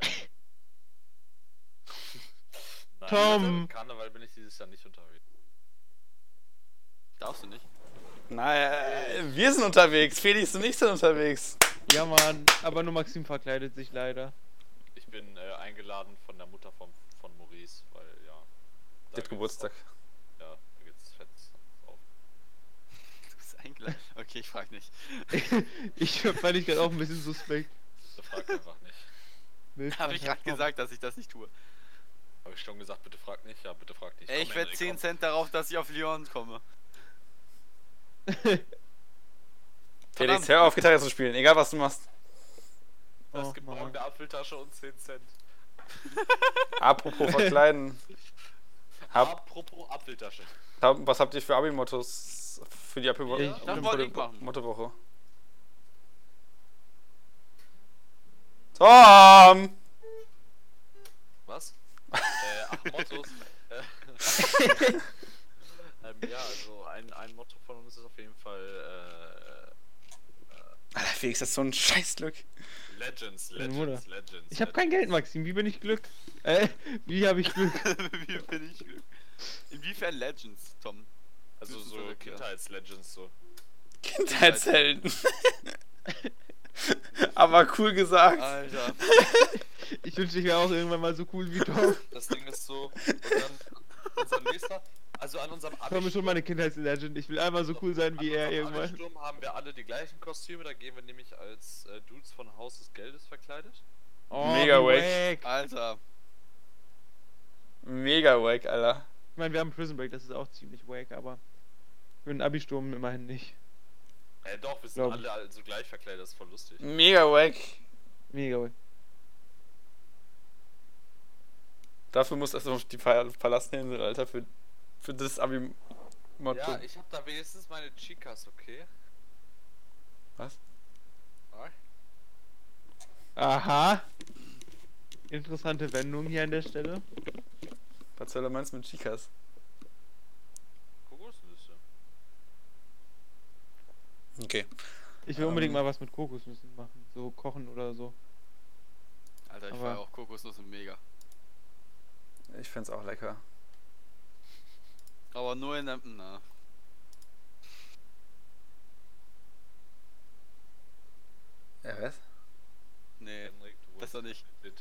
Okay. Nein, Tom! mit Karneval bin ich dieses Jahr nicht unterwegs. [LAUGHS] Darfst du nicht. Nein, wir sind unterwegs. Felix und ich sind unterwegs. [LAUGHS] ja, Mann. Aber nur Maxim verkleidet sich leider. Ich bin äh, eingeladen von der Mutter von, von Maurice, weil ja. da Der gibt's hat Geburtstag. Auch, ja, da gibt's Fetz auf. Du bist eingeladen. Okay, ich frag [LAUGHS] nicht. ich [LAUGHS] fand ich gerade auch ein bisschen suspekt. Da fragt einfach [LAUGHS] nicht. Milch Habe ich Mannschaft, gerade komm. gesagt, dass ich das nicht tue. Habe ich schon gesagt, bitte fragt nicht? Ja, bitte fragt nicht. Ey, ich Komm, wette Henrik, 10 komm. Cent darauf, dass ich auf Lyon komme. [LAUGHS] Felix, Verdammt. hör auf, Gitarre zu spielen, egal was du machst. Es Oh, gibt Mann. morgen eine Apfeltasche und 10 Cent. Apropos verkleiden. Hab, Apropos Apfeltasche. hab, was habt ihr für Abi-Mottos für die Abi-Wo- Ich- für das die wollte ich Motto- machen. Mottowoche? Tom! [LAUGHS] Was? äh, ach, Mottos. Äh, [LAUGHS] ähm, ja, also ein, ein Motto von uns ist auf jeden äh, Fall Alter, Felix, das ist so ein Scheißglück. äh, Legends, Meine Legends, Legends. [LAUGHS] Ich habe kein Geld, Maxim. Wie bin ich Glück? Äh, wie habe ich Glück? Wie bin ich Inwiefern Legends, Tom? Also so Wissensverrückt, ja. Kindheitslegends so. Kindheitshelden. [LAUGHS] Aber cool gesagt. [LAUGHS] Alter. Ich wünschte, ich wäre auch irgendwann mal so cool wie Tom. Das Ding ist so. Und dann unser nächster. Also an unserem Tom ist schon meine Kindheitslegend. Ich will einmal so cool sein wie er irgendwann. Sturm haben wir alle die gleichen Kostüme. Da gehen wir nämlich als äh, Dudes von Haus des Geldes verkleidet. Oh, Mega wack. wack. Alter. Mega wack, Alter. Ich meine, wir haben Prison Break, das ist auch ziemlich wack, aber für einen Abi-Sturm immerhin nicht. Äh, doch, wir sind Glaub ich. alle also gleich verkleidet. Das ist voll lustig. Mega wack. Mega wack. Dafür muss erst auf die Pal- Palastninsel, Alter, für, für das abi motto Ja, ich hab da wenigstens meine Chicas, okay? Was? Ah, Aha. Interessante Wendung hier an der Stelle. Was soll er meinst mit Chicas? Kokosnüsse. Okay. Ich will Ähm. unbedingt mal was mit Kokosnüssen machen. So kochen oder so. Alter, ich Aber- feier auch Kokosnüsse mega. Ich find's auch lecker. Aber nur in der. Na. Ja, was? Nee, Henrik, du wurdest besser nicht. mit.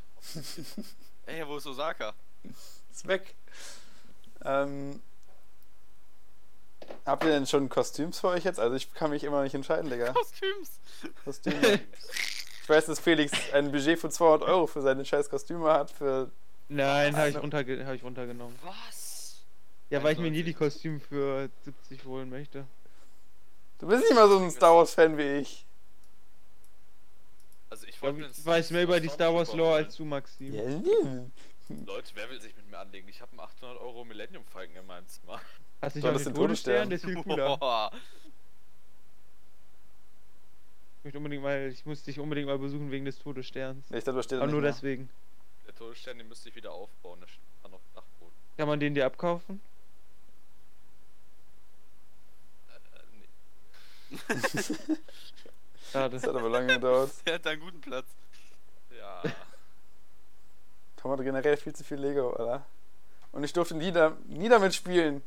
Ey, wo ist Osaka? Ist weg. Ähm, habt ihr denn schon Kostüms für euch jetzt? Also ich kann mich immer noch nicht entscheiden, [LAUGHS] Digga. Kostüms! Kostüme. Ich weiß, dass Felix ein Budget von 200 Euro für seine scheiß Kostüme hat. Für Nein, habe ich, Also- runterge hab ich runtergenommen. Was? Ja, weil ich mir nie die Kostüme für 70 holen möchte. du bist nicht mal so ein Star Wars Fan wie ich. Also ich Ich wollte glaub, mir ich einen weiß mehr über die Star Wars Lore als du, Stormtrooper Maxim. Du holen. Leute, wer will sich mit mir anlegen? Ich habe einen 800 Euro Millennium Falcon in meinem Zimmer. Hast du nicht Soll auch das den den Todesstern? Todesstern? Der ist viel cooler. Boah. [LAUGHS] Ich, möchte unbedingt mal, ich muss dich unbedingt mal besuchen wegen des Todessterns. Ich glaube, da steht Aber nicht nur mehr. deswegen. Der Todesstern, den müsste ich wieder aufbauen. Der steht dann auf dem Dachboden. Kann man den dir abkaufen? Äh, nee. [LAUGHS] Schade. Das hat aber lange gedauert. Der hat da einen guten Platz. [LAUGHS] Ja. Tom hat generell viel zu viel Lego, Alter. Und ich durfte nie, da, nie damit spielen.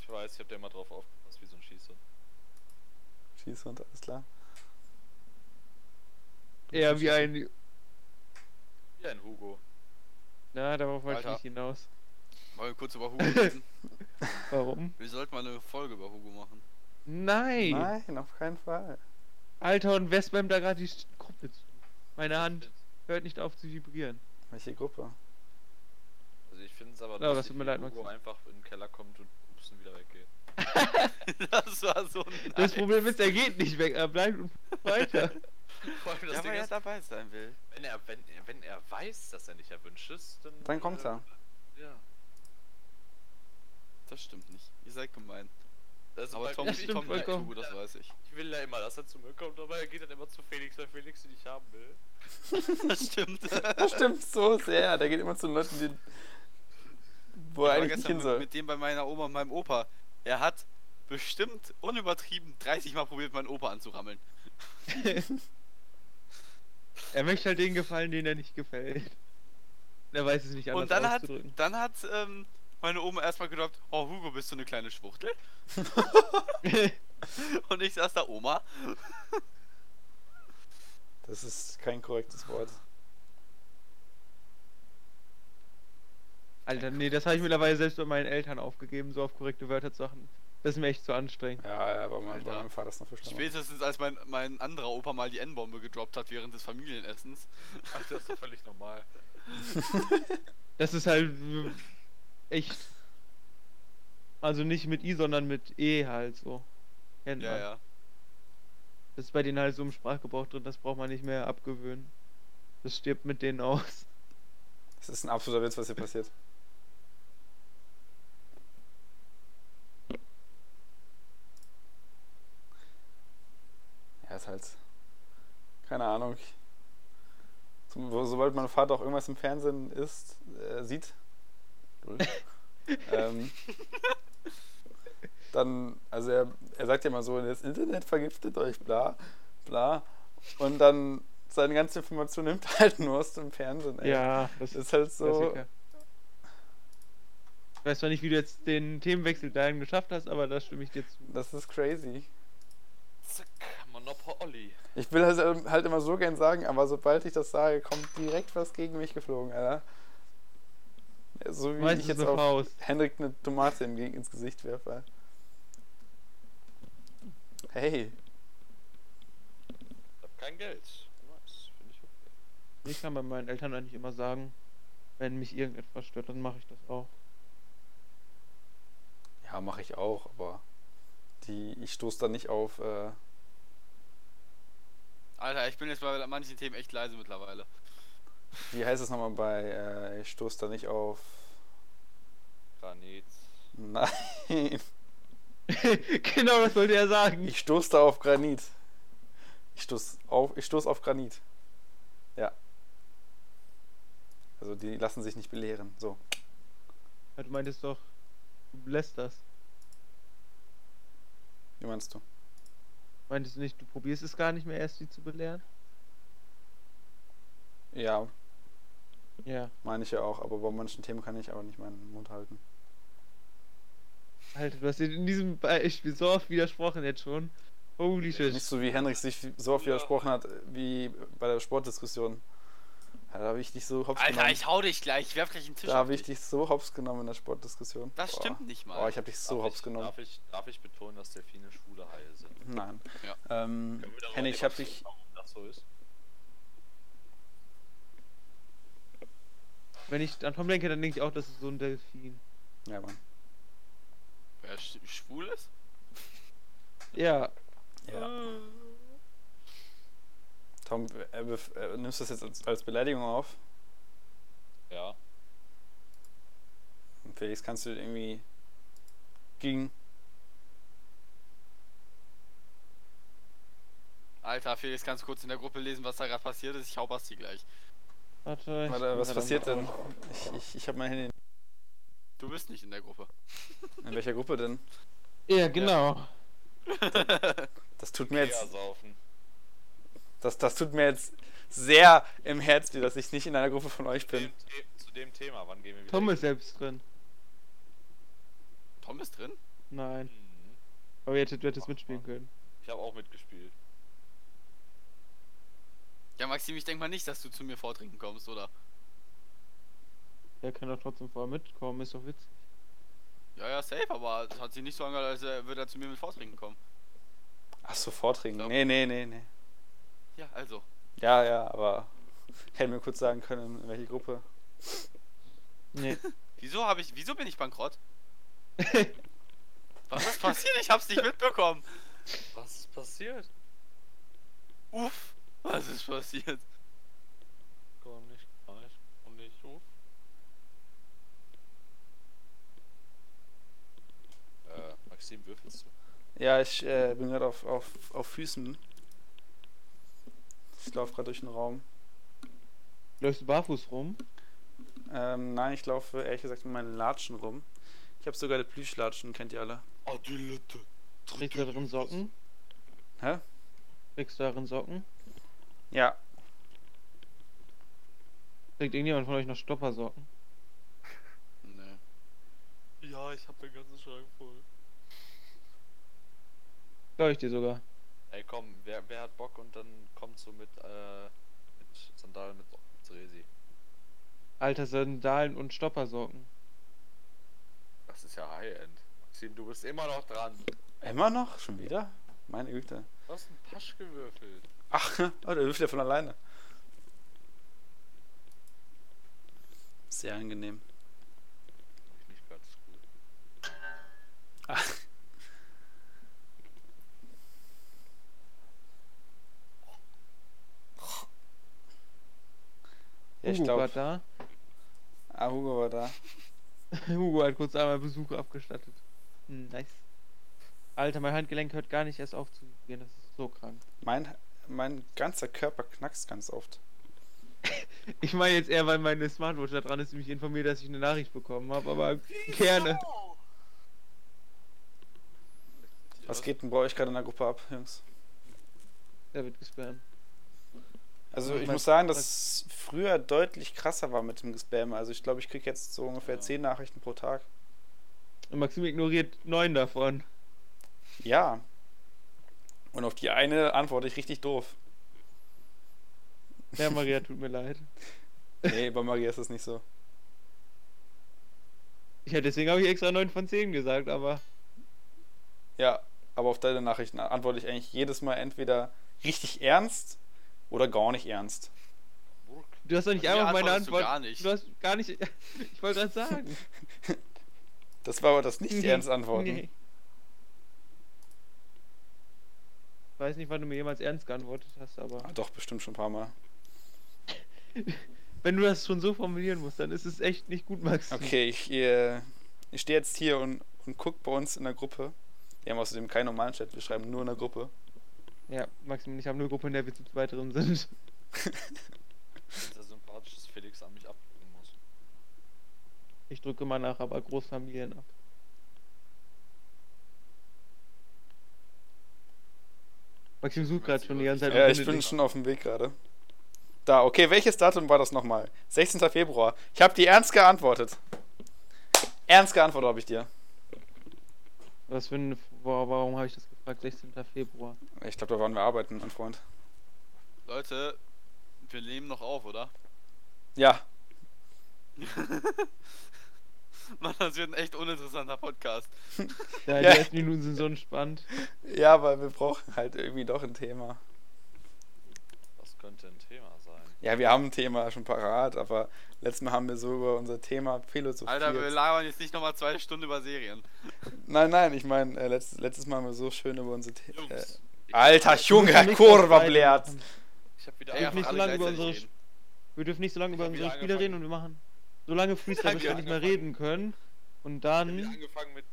Ich weiß, ich habe da immer drauf aufgepasst, wie so ein Schießhund. Schießhund, alles klar. Eher wie ein. Wie ein Hugo. Na, darauf wollte ich Alter. nicht hinaus. Wollen wir kurz über Hugo reden? Warum? Wir sollten mal eine Folge über Hugo machen. Nein! Nein, auf keinen Fall. Alter, und wer spammt da gerade die St- Gruppe zu? Meine Hand hört nicht auf zu vibrieren. Welche Gruppe? Also ich finde es aber Ja, das lustig, tut mir wie leid, Hugo Maxi. einfach in den Keller kommt und pupsen wieder [LAUGHS] weggeht. [LAUGHS] Das war so Das [LAUGHS] nice. Problem ist, er geht nicht weg, er bleibt und [LAUGHS] [LAUGHS] weiter. Vor allem das Ja, Ding weil er ist, dabei sein will. wenn er, wenn, er- wenn er weiß, dass er nicht erwünscht ist, dann... Dann kommt äh, er. Ja. Das stimmt nicht. ihr seid gemein. Also Aber bei Tom, mir- das ich stimmt komme nicht vollkommen. Hugo, das weiß [LAUGHS] ich. Ich will ja immer, dass er zu mir kommt, aber er geht dann immer zu Felix, weil Felix ihn nicht haben will. Das [LAUGHS] stimmt. [LAUGHS] Das stimmt so sehr. Der geht immer zu den Leuten, die, wo Ich war er eigentlich nicht gestern hin mit, soll. mit dem bei meiner Oma und meinem Opa. Er hat bestimmt unübertrieben 30 Mal probiert, meinen Opa anzurammeln. er möchte halt den gefallen, den er nicht gefällt. Er weiß es nicht anders und dann hat, auszudrücken. dann hat ähm, meine Oma erstmal gedacht, oh Hugo, bist du eine kleine Schwuchtel? [LAUGHS] Und ich saß da, Oma. Das ist kein korrektes Wort. [LAUGHS] Alter, nee, das habe ich mittlerweile selbst bei meinen Eltern aufgegeben, so auf korrekte Wörter zu achten. Das ist mir echt zu anstrengend. Ja, aber mein, bei Alter. meinem Vater ist noch viel schlimmer. Spätestens als mein, mein anderer Opa mal die N-Bombe gedroppt hat während des Familienessens. Ach, das [LAUGHS] ist doch völlig normal. Das ist halt äh, echt. Also nicht mit I, sondern mit E halt so. Kennt Ja, man. ja. Das ist bei denen halt so im Sprachgebrauch drin, das braucht man nicht mehr abgewöhnen. Das stirbt mit denen aus. [LAUGHS] Das ist ein absoluter Witz, was hier passiert. Ja, ist halt. Keine Ahnung. Zum- wo- Sobald mein Vater auch irgendwas im Fernsehen ist, äh, [LAUGHS] sieht, Lol. [LAUGHS] ähm, dann, also er, er sagt ja immer so, das Internet vergiftet euch, bla, bla. Und dann seine ganze Information nimmt er halt nur aus dem Fernsehen. ey. Ja, das Das ist halt so. Klassiker. Ich weiß zwar nicht, wie du jetzt den Themenwechsel dahin geschafft hast, aber da stimme ich dir zu. Das ist crazy. Abi. Ich will das ähm, halt immer so gern sagen, aber sobald ich das sage, kommt direkt was gegen mich geflogen, Alter. So wie Meistens ich jetzt eine auch Faust. Henrik eine Tomate im Geg- ins Gesicht werfe. Alter. Hey, Ich hab kein Geld. Nice, finde ich okay. Ich kann bei meinen Eltern eigentlich immer sagen, wenn mich irgendetwas stört, dann mache ich das auch. ja, mache ich auch, aber die, ich stoße da nicht auf. Äh, Alter, ich bin jetzt bei manchen Themen echt leise mittlerweile. wie heißt es nochmal bei? Äh, ich stoße da nicht auf. [LAUGHS] Granit. Nein, [LAUGHS] genau, das wollte er sagen. ich stoße da auf Granit. Ich stoße auf, ich stoß auf Granit. Ja. Also die lassen sich nicht belehren. So. Ja, Du meintest halt, doch, du lässt das. Wie meinst du? Meintest du nicht, du probierst es gar nicht mehr erst, die zu belehren? Ja, Ja. meine ich ja auch, aber bei manchen Themen kann ich aber nicht meinen Mund halten. Alter, du hast dir in diesem Beispiel so oft widersprochen jetzt schon. Holy Nicht shit. so wie Henrik sich so oft Ja. widersprochen hat, wie bei der Sportdiskussion. Ja, da habe ich dich so hops Alter, genommen. ich hau dich gleich. Ich werf gleich den Tisch da auf habe ich dich. dich so hops genommen in der Sportdiskussion. Das Boah. stimmt nicht mal. Boah, ich habe dich so Darf hops ich, genommen. Darf ich, darf ich betonen, dass Delfine schwule Haie sind? Nein. Ja. Ähm, Können wir darüber Henrik, ich habe debattieren, dich. Warum das so ist? Wenn ich an Tom denke, dann denke ich auch, das ist so ein Delfin. Ja, Mann. Wer sch schwul ist? Ja. Ja. Tom, äh, bef- äh, nimmst du das jetzt als, als Beleidigung auf? Ja. Felix, kannst du irgendwie gegen. Alter, Felix, kannst du kurz in der Gruppe lesen, was da gerade passiert ist? Ich hau Basti gleich. Warte, ich Warte, bin was gerade am passiert denn? Schauen. Ich, ich, ich habe mein Handy. Du bist nicht in der [LAUGHS] Gruppe. In welcher Gruppe denn? Ja, genau. Das tut mir jetzt. Ja, saufen. Das, das tut mir jetzt sehr im Herzen, dass ich nicht in einer Gruppe von euch Zu bin. dem, The- zu dem Thema, wann gehen wir wieder? Tom ist selbst drin. Tom ist drin? Nein. Mhm. Aber ihr hättet, du hättest mitspielen können. Ich habe auch mitgespielt. Ja, Maxim, ich denk mal nicht, dass du zu mir vordringen kommst, oder? Der kann doch trotzdem vorher mitkommen, ist doch witzig. Ja, ja, safe, aber das hat sich nicht so angehört, als äh, würde er zu mir mit vordringen kommen. Ach so, Vortrinken. Ja. Nee, nee, nee, nee. Ja, also. Ja, ja, aber hätte mir kurz sagen können, in welche Gruppe. Nee. Wieso habe ich. Wieso bin ich bankrott? Was ist passiert? Ich hab's nicht mitbekommen. Was ist passiert? Uff, was ist passiert? Komm nicht gleich. Komm nicht so. Äh, Maxim, würfelst du? Ja, ich äh, bin gerade auf, auf, auf Füßen. Ich laufe gerade durch den Raum. [LAUGHS] Läufst du barfuß rum? Ähm, nein, ich laufe ehrlich gesagt mit meinen Latschen rum. Ich habe sogar eine Plüschlatschen, kennt ihr alle. Oh, die Lütte. Trägst du darin Socken? Hä? Trägst du darin Socken? Ja. Trägt irgendjemand von euch noch Stoppersocken? Nee. Ja, ich hab den ganzen Schrank voll. Glaub ich dir sogar. Ey, komm, wer, wer hat Bock und dann kommt so mit, äh, mit Sandalen mit Resi. Alter, Sandalen und Stoppersocken. Das ist ja High-End. Maxim, du bist immer noch dran. Immer noch? Schon wieder? Meine Güte. Du hast einen Pasch gewürfelt. Ach, [LAUGHS] oh, der wirft ja von alleine. Sehr angenehm. [LAUGHS] Hab ich nicht ganz gut. Ja, ich Hugo glaub- war da. [LAUGHS] Ah, Hugo war da. Hugo hat kurz einmal Besuch abgestattet. Hm, nice. Alter, mein Handgelenk hört gar nicht erst auf zu gehen. Das ist so krank. Mein, mein ganzer Körper knackst ganz oft. Ich meine jetzt eher, weil meine Smartwatch da dran ist und mich informiert, dass ich eine Nachricht bekommen habe. Aber gerne. Oh. Was geht denn bei euch gerade in der Gruppe ab, Jungs? Der wird gespammt. Also Mach ich mal- muss sagen, dass es früher deutlich krasser war mit dem Spam. Also ich glaube, ich kriege jetzt so ungefähr Ja. zehn Nachrichten pro Tag. Und Maxim ignoriert neun davon. Ja. Und auf die eine antworte ich richtig doof. Ja, Maria, tut mir leid. Nee, bei Maria ist das nicht so. Ja, deswegen habe ich extra 9 von 10 gesagt, aber. Ja, aber auf deine Nachrichten antworte ich eigentlich jedes Mal entweder richtig ernst oder gar nicht ernst. [LAUGHS] Burg. Du hast doch nicht Mir einmal meine antwortest du Antwort. gar nicht. Du hast gar nicht. [LAUGHS] Ich wollte gerade sagen. Das war aber das [LAUGHS] nicht ernst antworten. Nee. Ich weiß nicht, wann du mir jemals ernst geantwortet hast, aber. Ah, doch, bestimmt schon ein paar Mal. Wenn du das schon so formulieren musst, dann ist es echt nicht gut, Max. Okay, ich, äh, ich stehe jetzt hier und, und guck bei uns in der Gruppe. Wir haben außerdem keinen normalen Chat, wir schreiben nur in der Gruppe. Ja, Max und ich haben eine Gruppe, in der wir zu zweit drin sind. [LAUGHS] Sehr sympathisch, dass Felix an mich abgeben muss. Ich drücke mal nach, aber Großfamilien ab. Maxim sucht gerade schon die ganze Zeit. Ja, und ich findet bin nichts. schon auf dem Weg gerade. Da, okay, welches Datum war das nochmal? 16. Februar. Ich habe dir ernst geantwortet. Ernst geantwortet habe ich dir. Was für ein. wa- Warum habe ich das gefragt? 16. Februar. Ich glaube, da waren wir arbeiten, mein Freund. Leute, wir nehmen noch auf, oder? [LAUGHS] Ja, Mann, das wird ein echt uninteressanter Podcast. Ja, Ja. die ersten Minuten sind so entspannt. ja, aber wir brauchen halt irgendwie doch ein Thema. Das könnte ein Thema sein. Ja, wir haben ein Thema schon parat, aber letztes Mal haben wir so über unser Thema Philosophie. Alter, wir labern jetzt nicht nochmal zwei Stunden über Serien. nein, nein, ich meine, äh, letztes, letztes Mal haben wir so schön über unser Thema. Äh, Jungs, Alter, Wir [LAUGHS] Junge, müssen Kurva nicht blärt. machen. Ich habe wieder Ey, einfach nicht so alle lange über gleichzeitig unsere reden. Wir dürfen nicht so lange über hab unsere wieder Spiele angefangen. reden und wir machen so lange Freestyle, hab bis wir wieder nicht mehr angefangen. reden können. Und dann. [LAUGHS] wieder angefangen mit.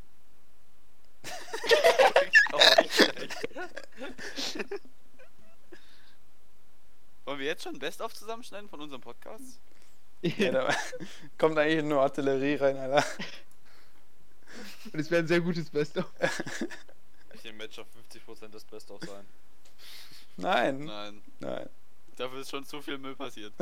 Wollen wir jetzt schon Best-of zusammenschneiden von unserem Podcast? [LAUGHS] Ja, da [LAUGHS] kommt eigentlich nur Artillerie rein, Alter. [LAUGHS] Und es wäre ein sehr gutes Best-of. [LAUGHS] Ich im Match auf 50% des Best-of sein. Hm? Nein, Nein, nein. [LAUGHS] dafür ist schon zu viel Müll [LAUGHS] passiert.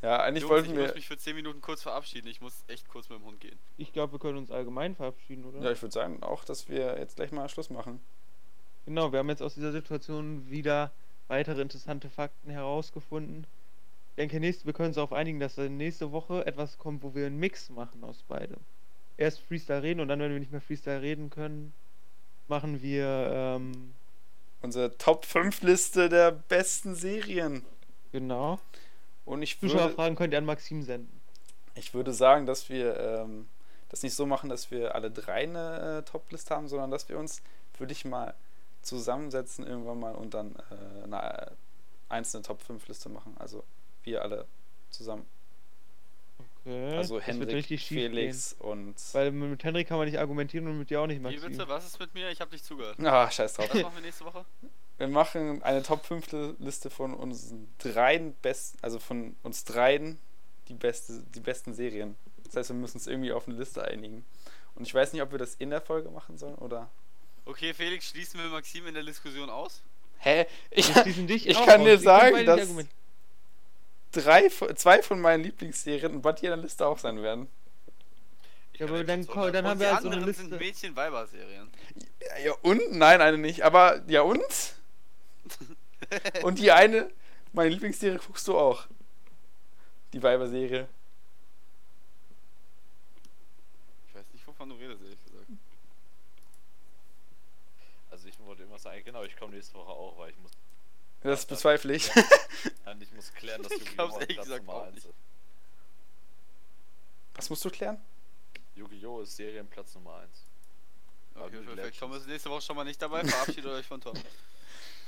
Ja, eigentlich Jungs, ich wollten muss wir. mich für 10 Minuten kurz verabschieden. Ich muss echt kurz mit dem Hund gehen. Ich glaube, wir können uns allgemein verabschieden, oder? Ja, ich würde sagen auch, dass wir jetzt gleich mal Schluss machen. Genau, wir haben jetzt aus dieser Situation wieder weitere interessante Fakten herausgefunden. Ich denke, nächst, wir können uns darauf einigen, dass dann nächste Woche etwas kommt, wo wir einen Mix machen aus beidem. Erst Freestyle reden und dann, wenn wir nicht mehr Freestyle reden können, machen wir. Ähm, Unsere Top 5 Liste der besten Serien. genau. Und ich würde, Zuschauerfragen könnt ihr an Maxim senden. ich würde sagen, dass wir ähm, das nicht so machen, dass wir alle drei eine äh, Top-Liste haben, sondern dass wir uns, würde ich mal, zusammensetzen irgendwann mal und dann äh, eine äh, einzelne Top 5 Liste machen. Also wir alle zusammen. Okay. Also das wird Hendrik, richtig schief Felix und. Gehen. Weil mit Henrik kann man nicht argumentieren und mit dir auch nicht, Wie Maxim. bitte? Was ist mit mir? Ich hab nicht [LAUGHS] zugehört. Ah, scheiß drauf. Was machen wir nächste Woche? Wir machen eine Top 5 Liste von unseren dreien besten, also von uns dreien die, beste, die besten Serien. Das heißt, wir müssen uns irgendwie auf eine Liste einigen. Und ich weiß nicht, ob wir das in der Folge machen sollen oder. Okay, Felix, schließen wir Maxim in der Diskussion aus? Hä? Ich, Wir schließen dich ich auch kann aus. dir Ihr könnt beide sagen, nicht dass argumentieren. drei, von- zwei von meinen Lieblingsserien in Bad jeder Liste auch sein werden. Ich Ja, kann aber nicht dann dazu call- sagen. dann Und haben die wir halt so eine anderen sind Liste. Mädchen-Weiber-Serien. [LAUGHS] Ja, ja, und? Nein, eine nicht. Aber ja und? Und die eine, meine Lieblingsserie guckst du auch. Die Weiberserie. Ich weiß nicht, wovon du redest, ehrlich gesagt. Also ich wollte immer sagen, genau, ich komme nächste Woche auch, weil ich muss. Das bezweifle [LAUGHS] ich. Nein, ich muss klären, [LAUGHS] dass Ich glaub's Yu-Gi-Oh! ehrlich Platz gesagt Nummer auch eins nicht. ist. Was musst du klären? Yu-Gi-Oh! ist Serienplatz Nummer 1. Aber Okay, die perfekt. Legends. Tom ist nächste Woche schon mal nicht dabei. Verabschiedet euch von Tom. [LAUGHS]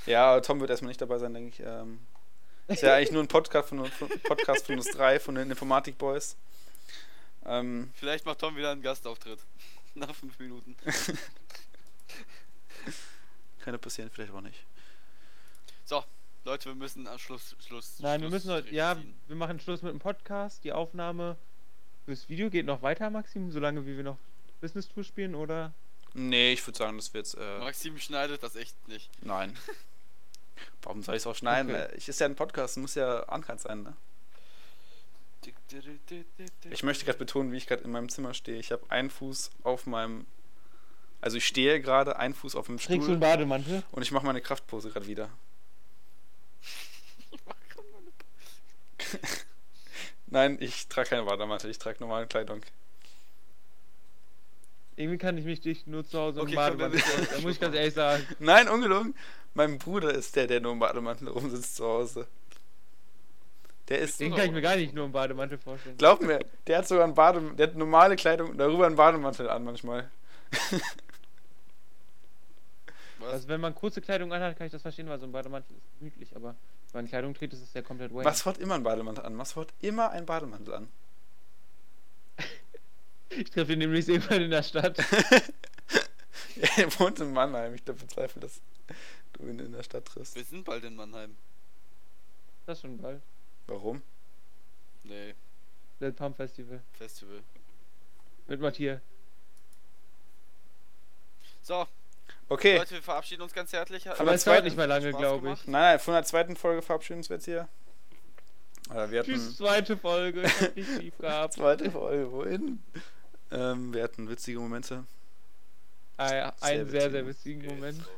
Ja, Tom wird erstmal nicht dabei sein, denke ich. Ähm, ist ja eigentlich nur ein Podcast von, von, Podcast von uns drei, von den Informatik Boys. Ähm, [LAUGHS] Vielleicht macht Tom wieder einen Gastauftritt. [LAUGHS] Nach fünf Minuten. kann ja passieren, vielleicht aber nicht. So, Leute, wir müssen am Schluss. Schluss Nein, wir müssen heute. Schlussstrich Ja, ziehen. wir machen Schluss mit dem Podcast. Die Aufnahme fürs Video geht noch weiter, Maxim, solange wie wir noch Business Tour spielen, oder? Nee, ich würde sagen, das wird. Äh, Maxim schneidet das echt nicht. nein. Warum soll ich es auch schneiden? Okay. Äh, Ich ist ja ein Podcast, muss ja ankert sein, ne? Ich möchte gerade betonen, wie ich gerade in meinem Zimmer stehe. Ich habe einen Fuß auf meinem Also ich stehe gerade ein Fuß auf dem Trägst du einen Stuhl Bademantel? und ich mache meine Kraftpose gerade wieder. [LAUGHS] Nein, ich trage keine Bademantel, ich trage normale Kleidung. Irgendwie kann ich mich dich nur zu Hause Okay, im komm, Bademantel dann- [LAUGHS] vorstellen. Da muss ich ganz ehrlich sagen. Nein, ungelogen. Mein Bruder ist der, der nur im Bademantel rumsitzt zu Hause. Der ist. Den kann ich mir gar nicht nur im Bademantel vorstellen. Glaub mir, der hat sogar einen Bade, der hat normale Kleidung und darüber einen Bademantel an manchmal. Also wenn man kurze Kleidung anhat, kann ich das verstehen, weil so ein Bademantel ist gemütlich, aber wenn man in Kleidung trägt, ist es ja komplett wack. Was hat immer einen Bademantel an? Was hat immer einen Bademantel an? [LAUGHS] Ich treffe ihn demnächst irgendwann in der Stadt. [LAUGHS] er wohnt in Mannheim. Ich glaube, bezweifle, dass du ihn in der Stadt triffst. Wir sind bald in Mannheim. Das schon bald. Warum? Nee, Das Pump Festival. Festival. Mit Matthias. So, Okay. Leute, wir verabschieden uns ganz herzlich. Hat Aber der es dauert zweiten- nicht mehr lange, Spaß glaube gemacht? ich. Nein, nein, von der zweiten Folge verabschieden uns wir jetzt hier. Äh, wir hatten Tschüss, zweite Folge. Ich hab dich lieb gehabt. Zweite Folge, wohin? Ähm, wir hatten witzige Momente. Ein, Sehr ein Ah sehr, sehr witzig. witzigen Okay, Moment. so.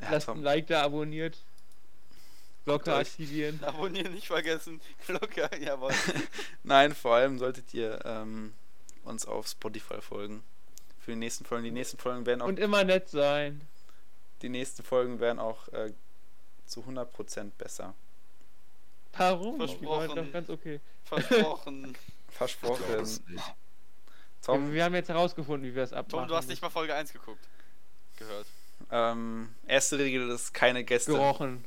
Ja, Lasst Tom. ein Like da, abonniert. Glocke euch. aktivieren. [LAUGHS] Abonnieren nicht vergessen. [LAUGHS] Glocke, jawohl. Nein, vor allem solltet ihr ähm, uns auf Spotify folgen. Für die nächsten Folgen. Die nächsten Folgen werden auch, Und immer nett sein. die nächsten Folgen werden auch äh, zu 100% besser. Warum? Die Versprochen. waren doch ganz okay. Versprochen. Ich glaub Versprochen. das nicht. Tom, Wir haben jetzt herausgefunden, wie wir es abmachen. Tom, du hast nicht mal Folge 1 geguckt. Gehört. ähm, erste Regel ist keine Gäste. gerochen.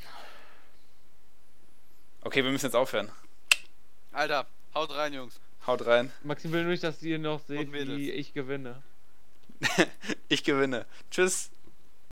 Okay, wir müssen jetzt aufhören. Alter, haut rein, Jungs. Haut rein. Maxim will nur nicht, dass ihr noch seht, Mädels. wie ich gewinne. Ich gewinne. Tschüss.